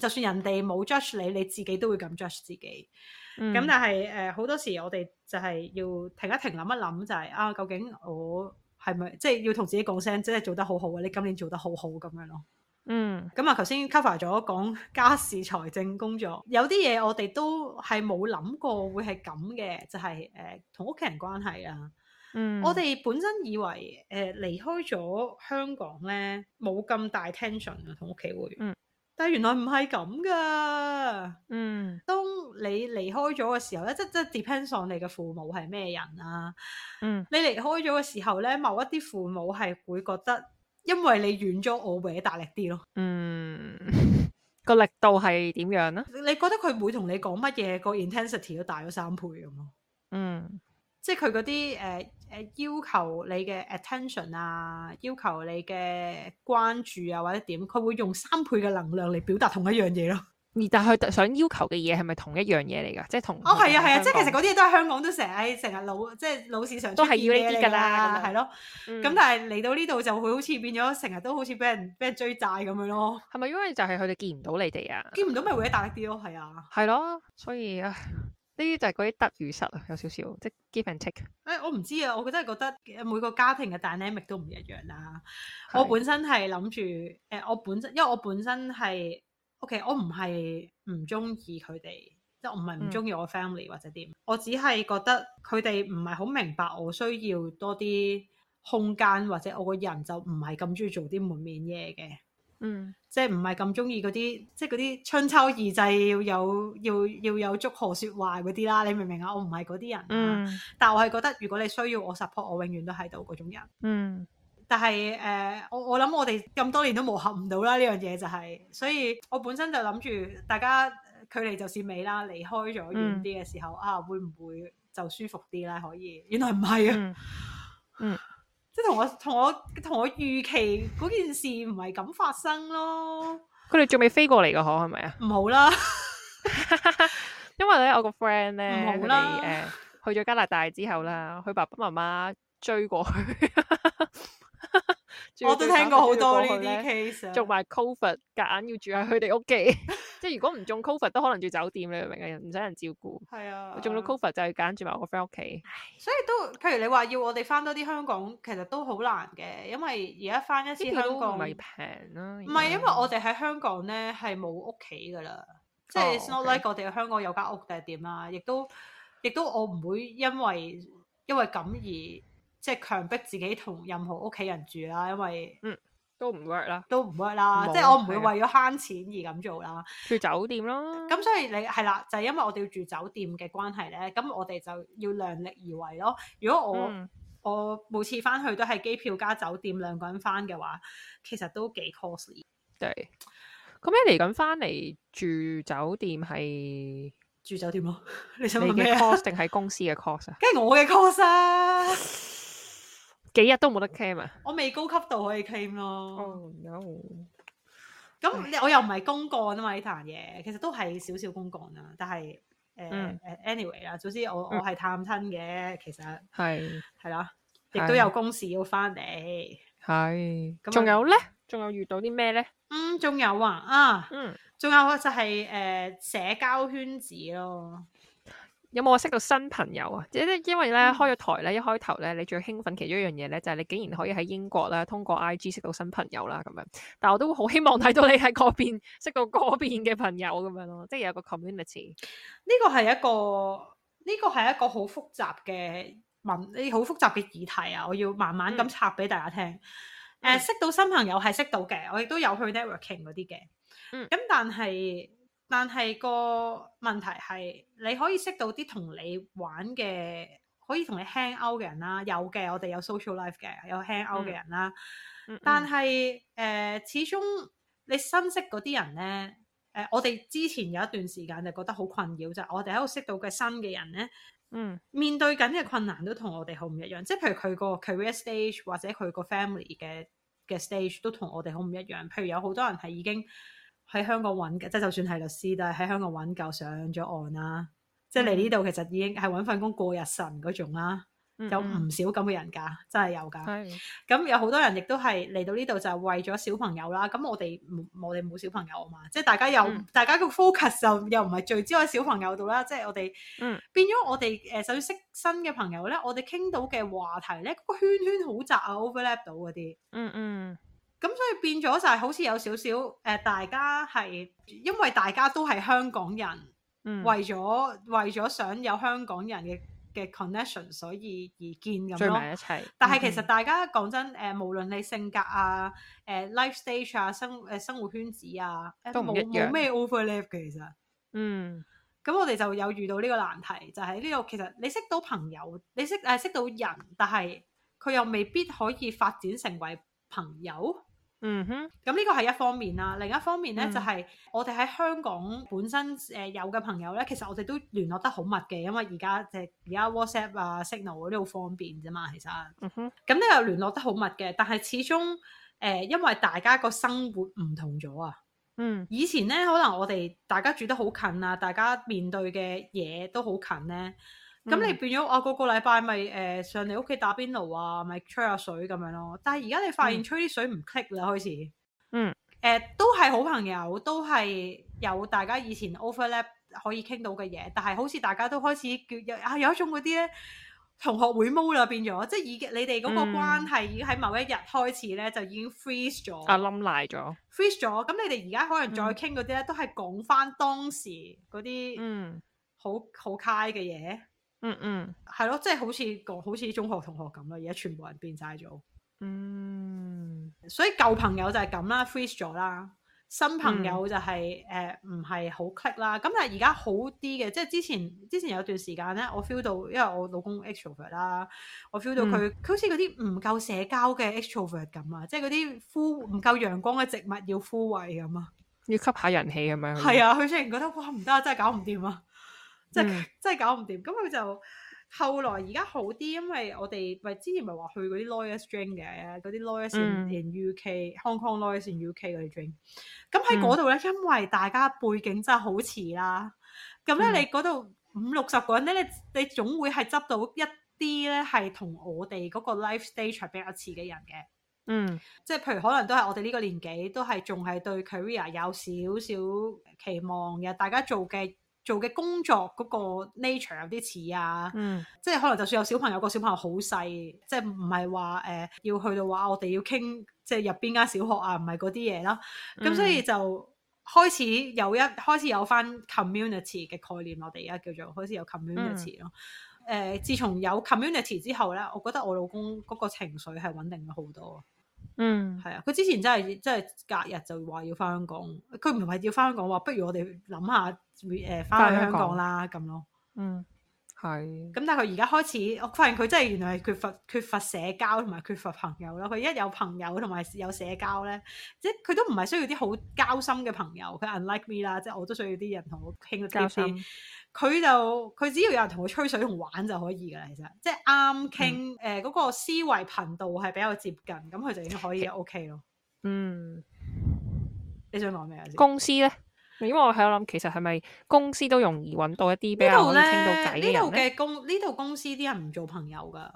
Speaker 2: 就算人哋冇 judge 你，你自己都會咁 judge 自己。
Speaker 1: 嗯，
Speaker 2: 咁但係誒好多時我哋就係要停一停諗一諗，就係、啊究竟我係咪即係要同自己講聲，即係做得好好啊！你今年做得好好咁樣咯。
Speaker 1: 嗯
Speaker 2: 咁啊，頭先 cover 咗講家事財政工作，有啲嘢我哋都係冇諗過會係咁嘅，就係誒同屋企人關係啊。
Speaker 1: 嗯，
Speaker 2: 我哋本身以為誒、呃、離開咗香港咧，冇咁大 tension 啊，同屋企會。
Speaker 1: 嗯
Speaker 2: 但係原來唔係咁噶。
Speaker 1: 嗯
Speaker 2: 當你離開咗嘅時候咧，即即 depends on 你嘅父母係咩人啊。
Speaker 1: 嗯
Speaker 2: 你離開咗嘅時候咧，某一啲父母係會覺得，因為你遠咗，我搲大力啲咯。
Speaker 1: 嗯，個力度係點樣呢？
Speaker 2: 你你覺得佢會同你講乜嘢？個 intensity 都大咗三倍咁咯。
Speaker 1: 嗯
Speaker 2: 即係佢嗰啲誒誒要求你嘅 attention 啊，要求你嘅關注啊，或者點，佢會用三倍嘅能量嚟表達同一樣嘢咯。
Speaker 1: 而但係佢想要求嘅嘢係咪同一樣嘢嚟㗎？即係同
Speaker 2: 哦，係啊，係啊，即係其實
Speaker 1: 嗰
Speaker 2: 嗰啲嘢都係香港都成日成日老，即係老市常
Speaker 1: 都
Speaker 2: 出
Speaker 1: 係要
Speaker 2: 現
Speaker 1: 呢啲
Speaker 2: 嘅
Speaker 1: 㗎
Speaker 2: 嘢嚟
Speaker 1: 啦咁樣
Speaker 2: 係咯。
Speaker 1: 嗯
Speaker 2: 咁但係嚟到呢度就會好似變咗成日都好似俾人俾人追債咁樣咯，
Speaker 1: 係咪因為就係佢哋見唔到你哋啊？
Speaker 2: 見唔到咪會大力啲咯，係啊。
Speaker 1: 係咯，所以啊，呢啲就係嗰啲得與失啊，有少少即係 give and take。
Speaker 2: 誒、我唔知啊，我真係覺得每個家庭嘅 dynamic 都唔一樣啦。
Speaker 1: 係
Speaker 2: 我本身係諗住誒，我本身因為我本身係 OK，我唔係唔中意佢哋，即係我唔係唔中意我 family 或者點，我只係覺得佢哋唔係好明白我需要多啲空間，或者我個人就唔係咁中意做啲門面嘢嘅。
Speaker 1: 嗯
Speaker 2: 即係唔係咁中意嗰啲，即係嗰啲春秋二祭要有要要有祝賀説話嗰啲啦，你明唔明啊？我唔係嗰啲人啊、
Speaker 1: 嗯
Speaker 2: 但我係覺得如果你需要我 support，我永遠都喺度嗰種人。
Speaker 1: 嗯
Speaker 2: 但係誒、呃我我諗我哋咁多年都磨合唔到啦，呢樣嘢就係、所以我本身就諗住大家距離就是美啦，離開咗遠
Speaker 1: 嗯
Speaker 2: 啲嘅時候、啊，會唔會就舒服啲咧？可以，原來唔係啊，
Speaker 1: 嗯嗯
Speaker 2: 即係同我同我同我預期嗰件事唔係咁發生咯，
Speaker 1: 佢哋仲未飛過嚟㗎，可係咪啊？
Speaker 2: 唔好啦，
Speaker 1: 因為咧，我個 friend 咧，
Speaker 2: 唔好
Speaker 1: 佢
Speaker 2: 啦
Speaker 1: 哋呃誒去咗加拿大之後啦，佢爸爸媽媽追過去， 仲要
Speaker 2: 我都
Speaker 1: 追打
Speaker 2: 聽過好
Speaker 1: 佢追
Speaker 2: 多
Speaker 1: 過
Speaker 2: 呢
Speaker 1: 去咧
Speaker 2: 啲 case 啊
Speaker 1: 做埋 covid，夾硬要住喺佢哋屋企， 即係如果唔中 covid 都可能住酒店，你明唔明啊？唔使人照顧。
Speaker 2: 係啊
Speaker 1: 我，中咗 covid 就要揀住埋我個 friend 屋企。
Speaker 2: 所以都，譬如你話要我哋翻多啲香港，其實都好難嘅，因為而家翻一次
Speaker 1: 呢邊
Speaker 2: 香
Speaker 1: 都
Speaker 2: 港，
Speaker 1: 唔係
Speaker 2: 唔
Speaker 1: 平啦。唔
Speaker 2: 係因為我哋喺香港咧係冇屋企噶啦，即係 it's
Speaker 1: 哦
Speaker 2: not
Speaker 1: ，OK
Speaker 2: like 我哋喺香港有間屋定係點啊啦，亦都亦都我唔會因為因為咁而即係強迫自己同任何屋企人住啦，因為
Speaker 1: 都唔 work 啦，
Speaker 2: 都唔 work 啦，
Speaker 1: 冇
Speaker 2: 即係我唔會
Speaker 1: 係啊
Speaker 2: 為咗慳錢而咁做啦。
Speaker 1: 住酒店咯。
Speaker 2: 咁所以你係啦，就係、因為我哋要住酒店嘅關係咧，咁我哋就要量力而為咯。如果我、
Speaker 1: 嗯
Speaker 2: 我每次翻去都係機票加酒店兩個人翻嘅話，其實都幾 costly。
Speaker 1: 對。咁你嚟緊翻嚟住酒店係
Speaker 2: 住酒店咯，你想
Speaker 1: 你
Speaker 2: 問咩
Speaker 1: 嘅
Speaker 2: 啊？
Speaker 1: cost 定係公司嘅 cost 啊？
Speaker 2: 梗係我嘅 cost 啊，
Speaker 1: 幾日都冇得 claim 啊！
Speaker 2: 我未高級到可以 claim 咯。
Speaker 1: no！
Speaker 2: 咁你、我又唔係公幹啊嘛呢壇嘢，其實都係少少公幹啦。但係誒誒
Speaker 1: 嗯
Speaker 2: anyway 啦，總之我我
Speaker 1: 嗯
Speaker 2: 係探親嘅，其實
Speaker 1: 係
Speaker 2: 係啦，亦
Speaker 1: 係
Speaker 2: 都有公事要翻嚟。
Speaker 1: 係。
Speaker 2: 咁啊
Speaker 1: 仲有咧？仲有遇到啲咩咧？
Speaker 2: 嗯，仲有啊啊！
Speaker 1: 嗯，
Speaker 2: 仲有啊，就係、誒、社交圈子咯，
Speaker 1: 有冇話識到新朋友啊？即係因為咧
Speaker 2: 嗯
Speaker 1: 開咗台咧，一開頭咧，你最興奮其中一樣嘢咧，就係你竟然可以喺英國啦，通過 IG 識到新朋友啦咁樣。但我都好希望睇到你喺嗰邊識到嗰邊嘅朋友咁樣咯，即係有個 community。
Speaker 2: 呢個係一個呢個係一個好複雜嘅問，呢好複雜嘅議題啊！我要慢慢咁
Speaker 1: 嗯
Speaker 2: 拆俾大家聽。誒、呃
Speaker 1: 嗯
Speaker 2: 識到新朋友係識到嘅，我亦都有去 networking 嗰啲嘅。
Speaker 1: 嗯
Speaker 2: 咁但係但係個問題係，你可以識到啲同你玩嘅，可以同你 hang out 嘅人啦，有嘅，我哋有 social life 嘅，有 hang out 嘅人啦。
Speaker 1: 嗯
Speaker 2: 但
Speaker 1: 嗯
Speaker 2: 係誒、呃始終你新識嗰啲人咧，誒、我哋之前有一段時間就覺得好困擾，就係、我哋喺度識到嘅新嘅人咧，
Speaker 1: 嗯
Speaker 2: 面對緊嘅困難都同我哋好唔一樣，即係譬如佢個 career stage 或者佢個 family 嘅嘅 stage 都同我哋好唔一樣。譬如有好多人係已經喺香港揾嘅，即係就算係律師，但係喺香港揾夠上咗岸啦，即係嚟呢度其實已經係揾份工過日神嗰種啦，
Speaker 1: 嗯
Speaker 2: 有
Speaker 1: 嗯
Speaker 2: 唔少咁嘅人㗎，真係有㗎。
Speaker 1: 係
Speaker 2: 咁有好多人亦都係嚟到呢度就係為咗小朋友啦。咁我哋唔我哋冇小朋友啊嘛，即係大家又、
Speaker 1: 嗯
Speaker 2: 大家個 focus 就又唔係聚焦喺小朋友度啦。即係我哋、
Speaker 1: 嗯
Speaker 2: 變咗我哋誒、呃首先識新嘅朋友咧，我哋傾到嘅話題咧，嗰、個圈圈好窄啊，overlap 到嗰啲。
Speaker 1: 嗯嗯
Speaker 2: 咁所以變咗就係好似有少少誒、呃大家係因為大家都係香港人，
Speaker 1: 嗯
Speaker 2: 為咗為咗想有香港人嘅嘅 connection，所以而見咁
Speaker 1: 聚
Speaker 2: 咯。
Speaker 1: 埋一齊。
Speaker 2: 但係其實
Speaker 1: 嗯
Speaker 2: 大家講真，誒、呃無論你性格啊、誒、life stage 啊、生誒、生活圈子啊，誒
Speaker 1: 都唔
Speaker 2: 冇
Speaker 1: 一樣
Speaker 2: 冇咩 overlap 嘅其實。
Speaker 1: 嗯
Speaker 2: 咁我哋就有遇到呢個難題，就係呢度其實你識到朋友，你識誒、呃、識到人，但係佢又未必可以發展成為朋友。
Speaker 1: 嗯哼
Speaker 2: 咁呢個係一方面啦，另一方面咧、
Speaker 1: 嗯
Speaker 2: 就係我哋喺香港本身誒、呃有嘅朋友咧，其實我哋都聯絡得好密嘅，因為而家即係而家 WhatsApp 啊、Signal 嗰啲好方便啫嘛，其實
Speaker 1: 嗯哼
Speaker 2: 咁咧又聯絡得好密嘅，但係始終誒、呃因為大家個生活唔同咗啊。
Speaker 1: 嗯
Speaker 2: 以前咧，可能我哋大家住得好近啊，大家面對嘅嘢都好近咧。咁你
Speaker 1: 嗯
Speaker 2: 變咗我啊個個禮拜咪誒上你屋企打邊爐啊，咪吹下水咁樣咯。但係而家你發現
Speaker 1: 嗯
Speaker 2: 吹啲水唔 click 啦，開始。
Speaker 1: 嗯。
Speaker 2: 誒、都係好朋友，都係有大家以前 overlap 可以傾到嘅嘢，但係好似大家都開始叫有啊有一種嗰啲咧同學會 m 啦變咗，即係已經你哋嗰個
Speaker 1: 嗯
Speaker 2: 關係已經喺某一日開始咧就已經 freeze 咗。
Speaker 1: 啊冧賴咗。
Speaker 2: freeze 咗，咁你哋而家可能再
Speaker 1: 嗯
Speaker 2: 傾嗰啲咧，都係講翻當時嗰啲
Speaker 1: 嗯
Speaker 2: 好好 high 嘅嘢，
Speaker 1: 嗯嗯
Speaker 2: 係咯，即係好似講好似中學同學咁啦，而家全部人變晒咗，
Speaker 1: 嗯
Speaker 2: 所以舊朋友就係咁啦，freeze 咗啦，新朋
Speaker 1: 嗯
Speaker 2: 友就係誒唔係好 click 啦，咁但係而家好啲嘅，即係之前之前有段時間咧，我 feel 到，因為我老公 extrovert 啦，我 feel
Speaker 1: 嗯
Speaker 2: 到佢佢好似嗰啲唔夠社交嘅 extrovert 咁啊，即係嗰啲枯唔夠陽光嘅植物要枯萎咁啊。
Speaker 1: 要吸下人氣咁樣。
Speaker 2: 係
Speaker 1: 啊，
Speaker 2: 啊，佢雖然覺得哇唔得啊，真係搞唔掂啊，真係、
Speaker 1: 嗯
Speaker 2: 真係搞唔掂。咁佢就後來而家好啲，因為我哋咪之前咪話去嗰啲 lawyer drink 嘅，嗰啲 lawyers
Speaker 1: 嗯
Speaker 2: in, in UK、Hong Kong lawyers in UK 嗰啲 drink。咁
Speaker 1: 嗯
Speaker 2: 喺嗰度咧，因為大家背景真係好似啦，咁咧、
Speaker 1: 嗯
Speaker 2: 你嗰度五六十個人咧，你你總會係執到一啲咧係同我哋嗰個 life stage 係比較似嘅人嘅。
Speaker 1: 嗯
Speaker 2: 即係譬如可能都係我哋呢個年紀，都係仲係對 career 有少少期望嘅，大家做嘅做嘅工作嗰個 nature 有啲似啊，
Speaker 1: 嗯
Speaker 2: 即係可能就算有小朋友，個小朋友好細，即係唔係話誒要去到話我哋要傾即係入邊間小學啊，唔係嗰啲嘢啦，
Speaker 1: 嗯
Speaker 2: 咁、所以就。開始有一開始有翻 community 嘅概念，我哋而家叫做開始有 community 咯。誒、呃自從有 community 之後咧，我覺得我老公嗰個情緒係穩定咗好多。
Speaker 1: 嗯
Speaker 2: 係啊，佢之前真係真係隔日就話要翻香港，佢唔係要翻香港，話不如我哋諗下誒翻去
Speaker 1: 返
Speaker 2: 香
Speaker 1: 香
Speaker 2: 港
Speaker 1: 港
Speaker 2: 啦咁咯。
Speaker 1: 嗯係
Speaker 2: 咁但係佢而家開始，我發現佢真係原來係缺乏缺乏社交同埋缺乏朋友啦。佢一有朋友同埋有社交咧，即係佢都唔係需要啲好交心嘅朋友。佢 unlike me 啦，即係我都需要啲人同我傾
Speaker 1: 交
Speaker 2: 啲
Speaker 1: 心
Speaker 2: 啲。。佢就佢只要有人同佢吹水同玩就可以噶啦，其實即係啱
Speaker 1: 嗯
Speaker 2: 傾誒嗰個思維頻道係比較接近，咁佢就已經可以 OK 咯。
Speaker 1: 嗯，
Speaker 2: 你想講咩啊？先
Speaker 1: 公司咧，因為我喺度諗，其實係咪公司都容易揾到一啲比
Speaker 2: 呢
Speaker 1: 較
Speaker 2: 度
Speaker 1: 可以傾到偈
Speaker 2: 咧，
Speaker 1: 嘅
Speaker 2: 呢度
Speaker 1: 人咧？
Speaker 2: 嘅公呢度公司啲人唔做朋友噶，呢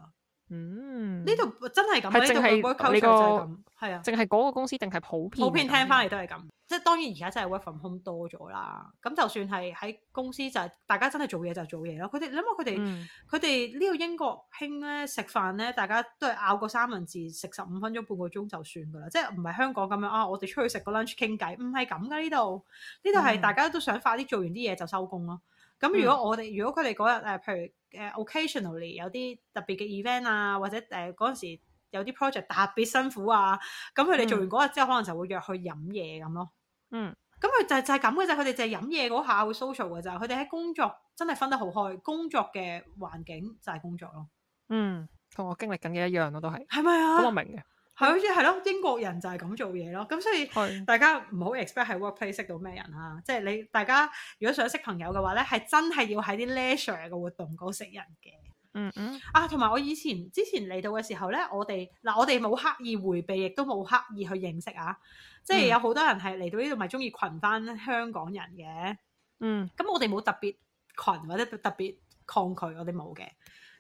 Speaker 1: 嗯，
Speaker 2: 度真係咁啊，
Speaker 1: 係
Speaker 2: 呢度
Speaker 1: 淨係
Speaker 2: 嘅 work culture
Speaker 1: 你
Speaker 2: 就
Speaker 1: 個
Speaker 2: 係咁，係啊，
Speaker 1: 淨係嗰個公司定係啊普遍？
Speaker 2: 普遍聽翻嚟都係咁。即係當然而家真係 work from home 多咗啦，咁就算係喺公司就係、大家真係做嘢就做嘢咯。佢哋你諗下佢哋
Speaker 1: 嗯。
Speaker 2: 佢哋呢度英國興咧食飯咧，大家都係咬個三文治食十五分鐘半個鐘就算噶啦，即係唔係香港咁樣啊？我哋出去食個 lunch 傾偈，唔係咁噶呢度。呢度係
Speaker 1: 嗯
Speaker 2: 大家都想快啲做完啲嘢就收工咯。咁如果我哋如果佢哋嗰日誒，譬如誒、呃 occasionally 有啲特別嘅 event 啊，或者誒嗰陣時有啲 project 特別辛苦啊，咁佢哋做完嗰日之後，可能就會約去飲嘢咁咯。
Speaker 1: 嗯，
Speaker 2: 咁佢就就係咁嘅啫，佢哋就係飲嘢嗰下會 social 嘅咋，佢哋喺工作真係分得好開，工作嘅環境就係工作咯，
Speaker 1: 嗯，同我經歷緊嘅一樣咯，都係。
Speaker 2: 係咪啊？
Speaker 1: 咁我
Speaker 2: 係
Speaker 1: 明嘅，
Speaker 2: 好似係咯，哦英國人就係咁做嘢咯，咁所以。
Speaker 1: 係
Speaker 2: 大家唔好 expect 喺 workplace 識到咩人啊！即係你大家如果想識朋友嘅話咧，係真係要喺啲 leisure 嘅活動嗰度識人嘅。
Speaker 1: 嗯嗯
Speaker 2: 啊，同埋我以前之前嚟到嘅時候咧，我哋嗱我哋冇刻意迴避，亦都冇刻意去認識啊。即
Speaker 1: 嗯
Speaker 2: 係有好多人係嚟到呢度咪中意群翻香港人嘅，
Speaker 1: 嗯
Speaker 2: 咁我哋冇特別群或者特別抗拒，我哋冇嘅，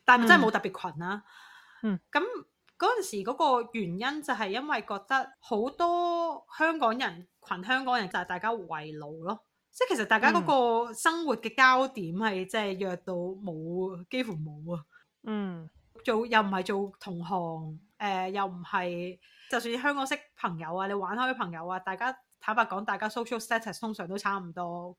Speaker 2: 但係真係冇特別群啦、啊
Speaker 1: 嗯，
Speaker 2: 咁嗰陣時嗰個原因就係因為覺得好多香港人群香港人就係大家圍爐咯。即係其實大家
Speaker 1: 嗯
Speaker 2: 嗰個生活嘅焦點係即係約到冇，幾乎冇啊！
Speaker 1: 嗯
Speaker 2: 做又唔係做同行，誒又唔係，就算香港識朋友啊，你玩開嘅朋友啊，大家坦白講，大家 social status 通常都差唔多，誒、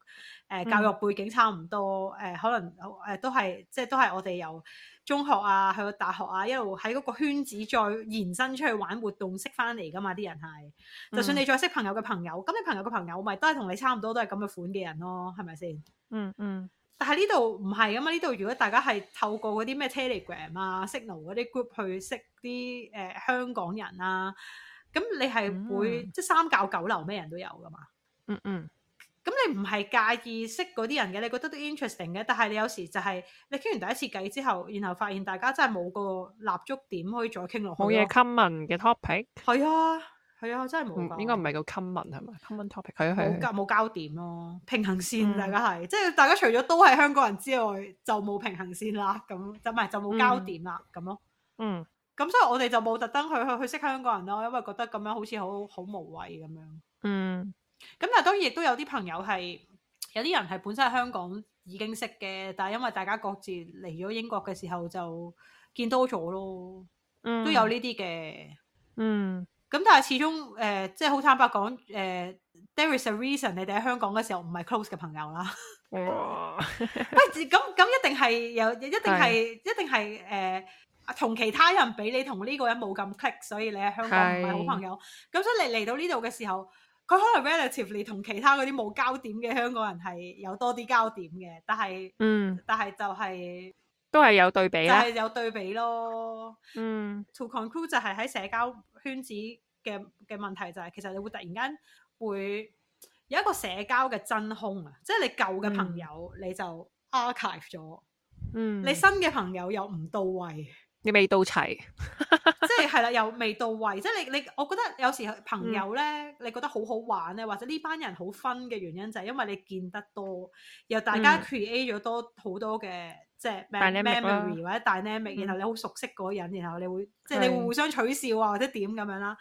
Speaker 1: 嗯
Speaker 2: 教育背景差唔多，誒、呃可能誒、都係即係都係我哋由中學啊去到大學啊，一路喺嗰個圈子再延伸出去玩活動識翻嚟噶嘛，啲人係。就算你再識朋友嘅朋友，咁你朋友嘅朋友咪都係同你差唔多，都係咁嘅款嘅人咯，係咪先？
Speaker 1: 嗯嗯
Speaker 2: 但係呢度唔係啊噶嘛，呢度如果大家係透過嗰啲咩 Telegram 啊、Signal 嗰啲 group 去識啲誒、呃香港人啊，咁你係會、即係三教九流咩人都有噶嘛。
Speaker 1: 嗯嗯
Speaker 2: 咁你唔係介意識嗰啲人嘅，你覺得都 interesting 嘅，但係你有時就係、你傾完第一次偈之後，然後發現大家真係冇個立足點可以再傾落去咯。
Speaker 1: 冇嘢 common 嘅 topic，
Speaker 2: 係啊，係啊，真係冇㗎。
Speaker 1: 嗯應該唔係叫 common 係咪？common topic 係啊
Speaker 2: 冇
Speaker 1: 係
Speaker 2: 交
Speaker 1: 啊。
Speaker 2: 冇交點咯，平衡線
Speaker 1: 嗯
Speaker 2: 大家係，即係大家除咗都係香港人之外，就冇平衡線啦，咁就唔係就冇交點啦，咁咯。
Speaker 1: 嗯
Speaker 2: 咁所以我哋就冇特登去去去識香港人咯，因為覺得咁樣好似好好無謂咁樣。咁
Speaker 1: 嗯
Speaker 2: 但係當然亦都有啲朋友係有啲人係本身喺香港已經識嘅，但係因為大家各自嚟咗英國嘅時候就見多咗咯，
Speaker 1: 嗯
Speaker 2: 都有呢啲嘅。
Speaker 1: 嗯
Speaker 2: 咁但係始終誒、呃即係好坦白講，誒、t h e r e is a reason 你哋喺香港嘅時候唔係 close 嘅朋友啦。
Speaker 1: 哇
Speaker 2: 喂，咁咁一定係有，一定係啊一定係誒、呃同其他人比，你同呢個人冇咁 click，所以你喺香港唔係好朋友。咁所以你嚟到呢度嘅時候，佢可能 relatively 同其他嗰啲冇交點嘅香港人係有多啲交點嘅，但係
Speaker 1: 嗯
Speaker 2: 但係就係、
Speaker 1: 都係有對比
Speaker 2: 就
Speaker 1: 啦
Speaker 2: 係、啊有對比咯。
Speaker 1: 嗯
Speaker 2: to conclude 就係喺社交圈子嘅嘅問題就係、其實你會突然間會有一個社交嘅真空啊，即係你舊嘅朋友你就 archive 咗，
Speaker 1: 嗯
Speaker 2: 你新嘅朋友又唔到位，
Speaker 1: 你未到齊
Speaker 2: 即係係啦，又未到位，即係你你，我覺得有時候
Speaker 1: 嗯
Speaker 2: 朋友咧，你覺得好好玩咧，或者呢班人好 fun 嘅原因就係因為你見得多，又大家
Speaker 1: 嗯
Speaker 2: create 咗多好多嘅。即係
Speaker 1: Dynamic 啦嗯
Speaker 2: memory 或者 dynamic，然後你好熟悉嗰個人，然後你會即係你會
Speaker 1: 係
Speaker 2: 互相取笑啊，或者點咁樣啦。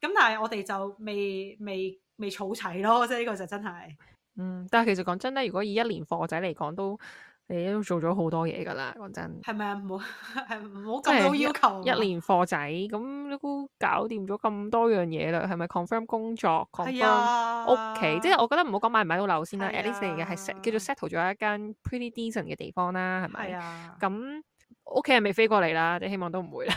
Speaker 2: 咁但係我哋就未未未儲齊咯，即係呢個就真係
Speaker 1: 嗯，但係其實講真咧，如果以一年課仔嚟講，都你都做咗好多嘢㗎啦，講真。
Speaker 2: 係咪啊？唔好 係唔好
Speaker 1: 即
Speaker 2: 咁
Speaker 1: 係
Speaker 2: 高要求。啊
Speaker 1: 一年課仔，咁你都搞掂咗咁多樣嘢啦，係咪 confirm 工作
Speaker 2: 係
Speaker 1: ，confirm
Speaker 2: 啊，
Speaker 1: 屋企？即係我覺得唔好講買唔買到樓先啦
Speaker 2: 係
Speaker 1: ，at least 你嘅係 set- 叫做
Speaker 2: 啊
Speaker 1: settle 咗一間 pretty decent 嘅地方啦，係
Speaker 2: 係
Speaker 1: 咪？
Speaker 2: 啊。
Speaker 1: 咁屋企人未飛過嚟啦，你希望都唔會啦。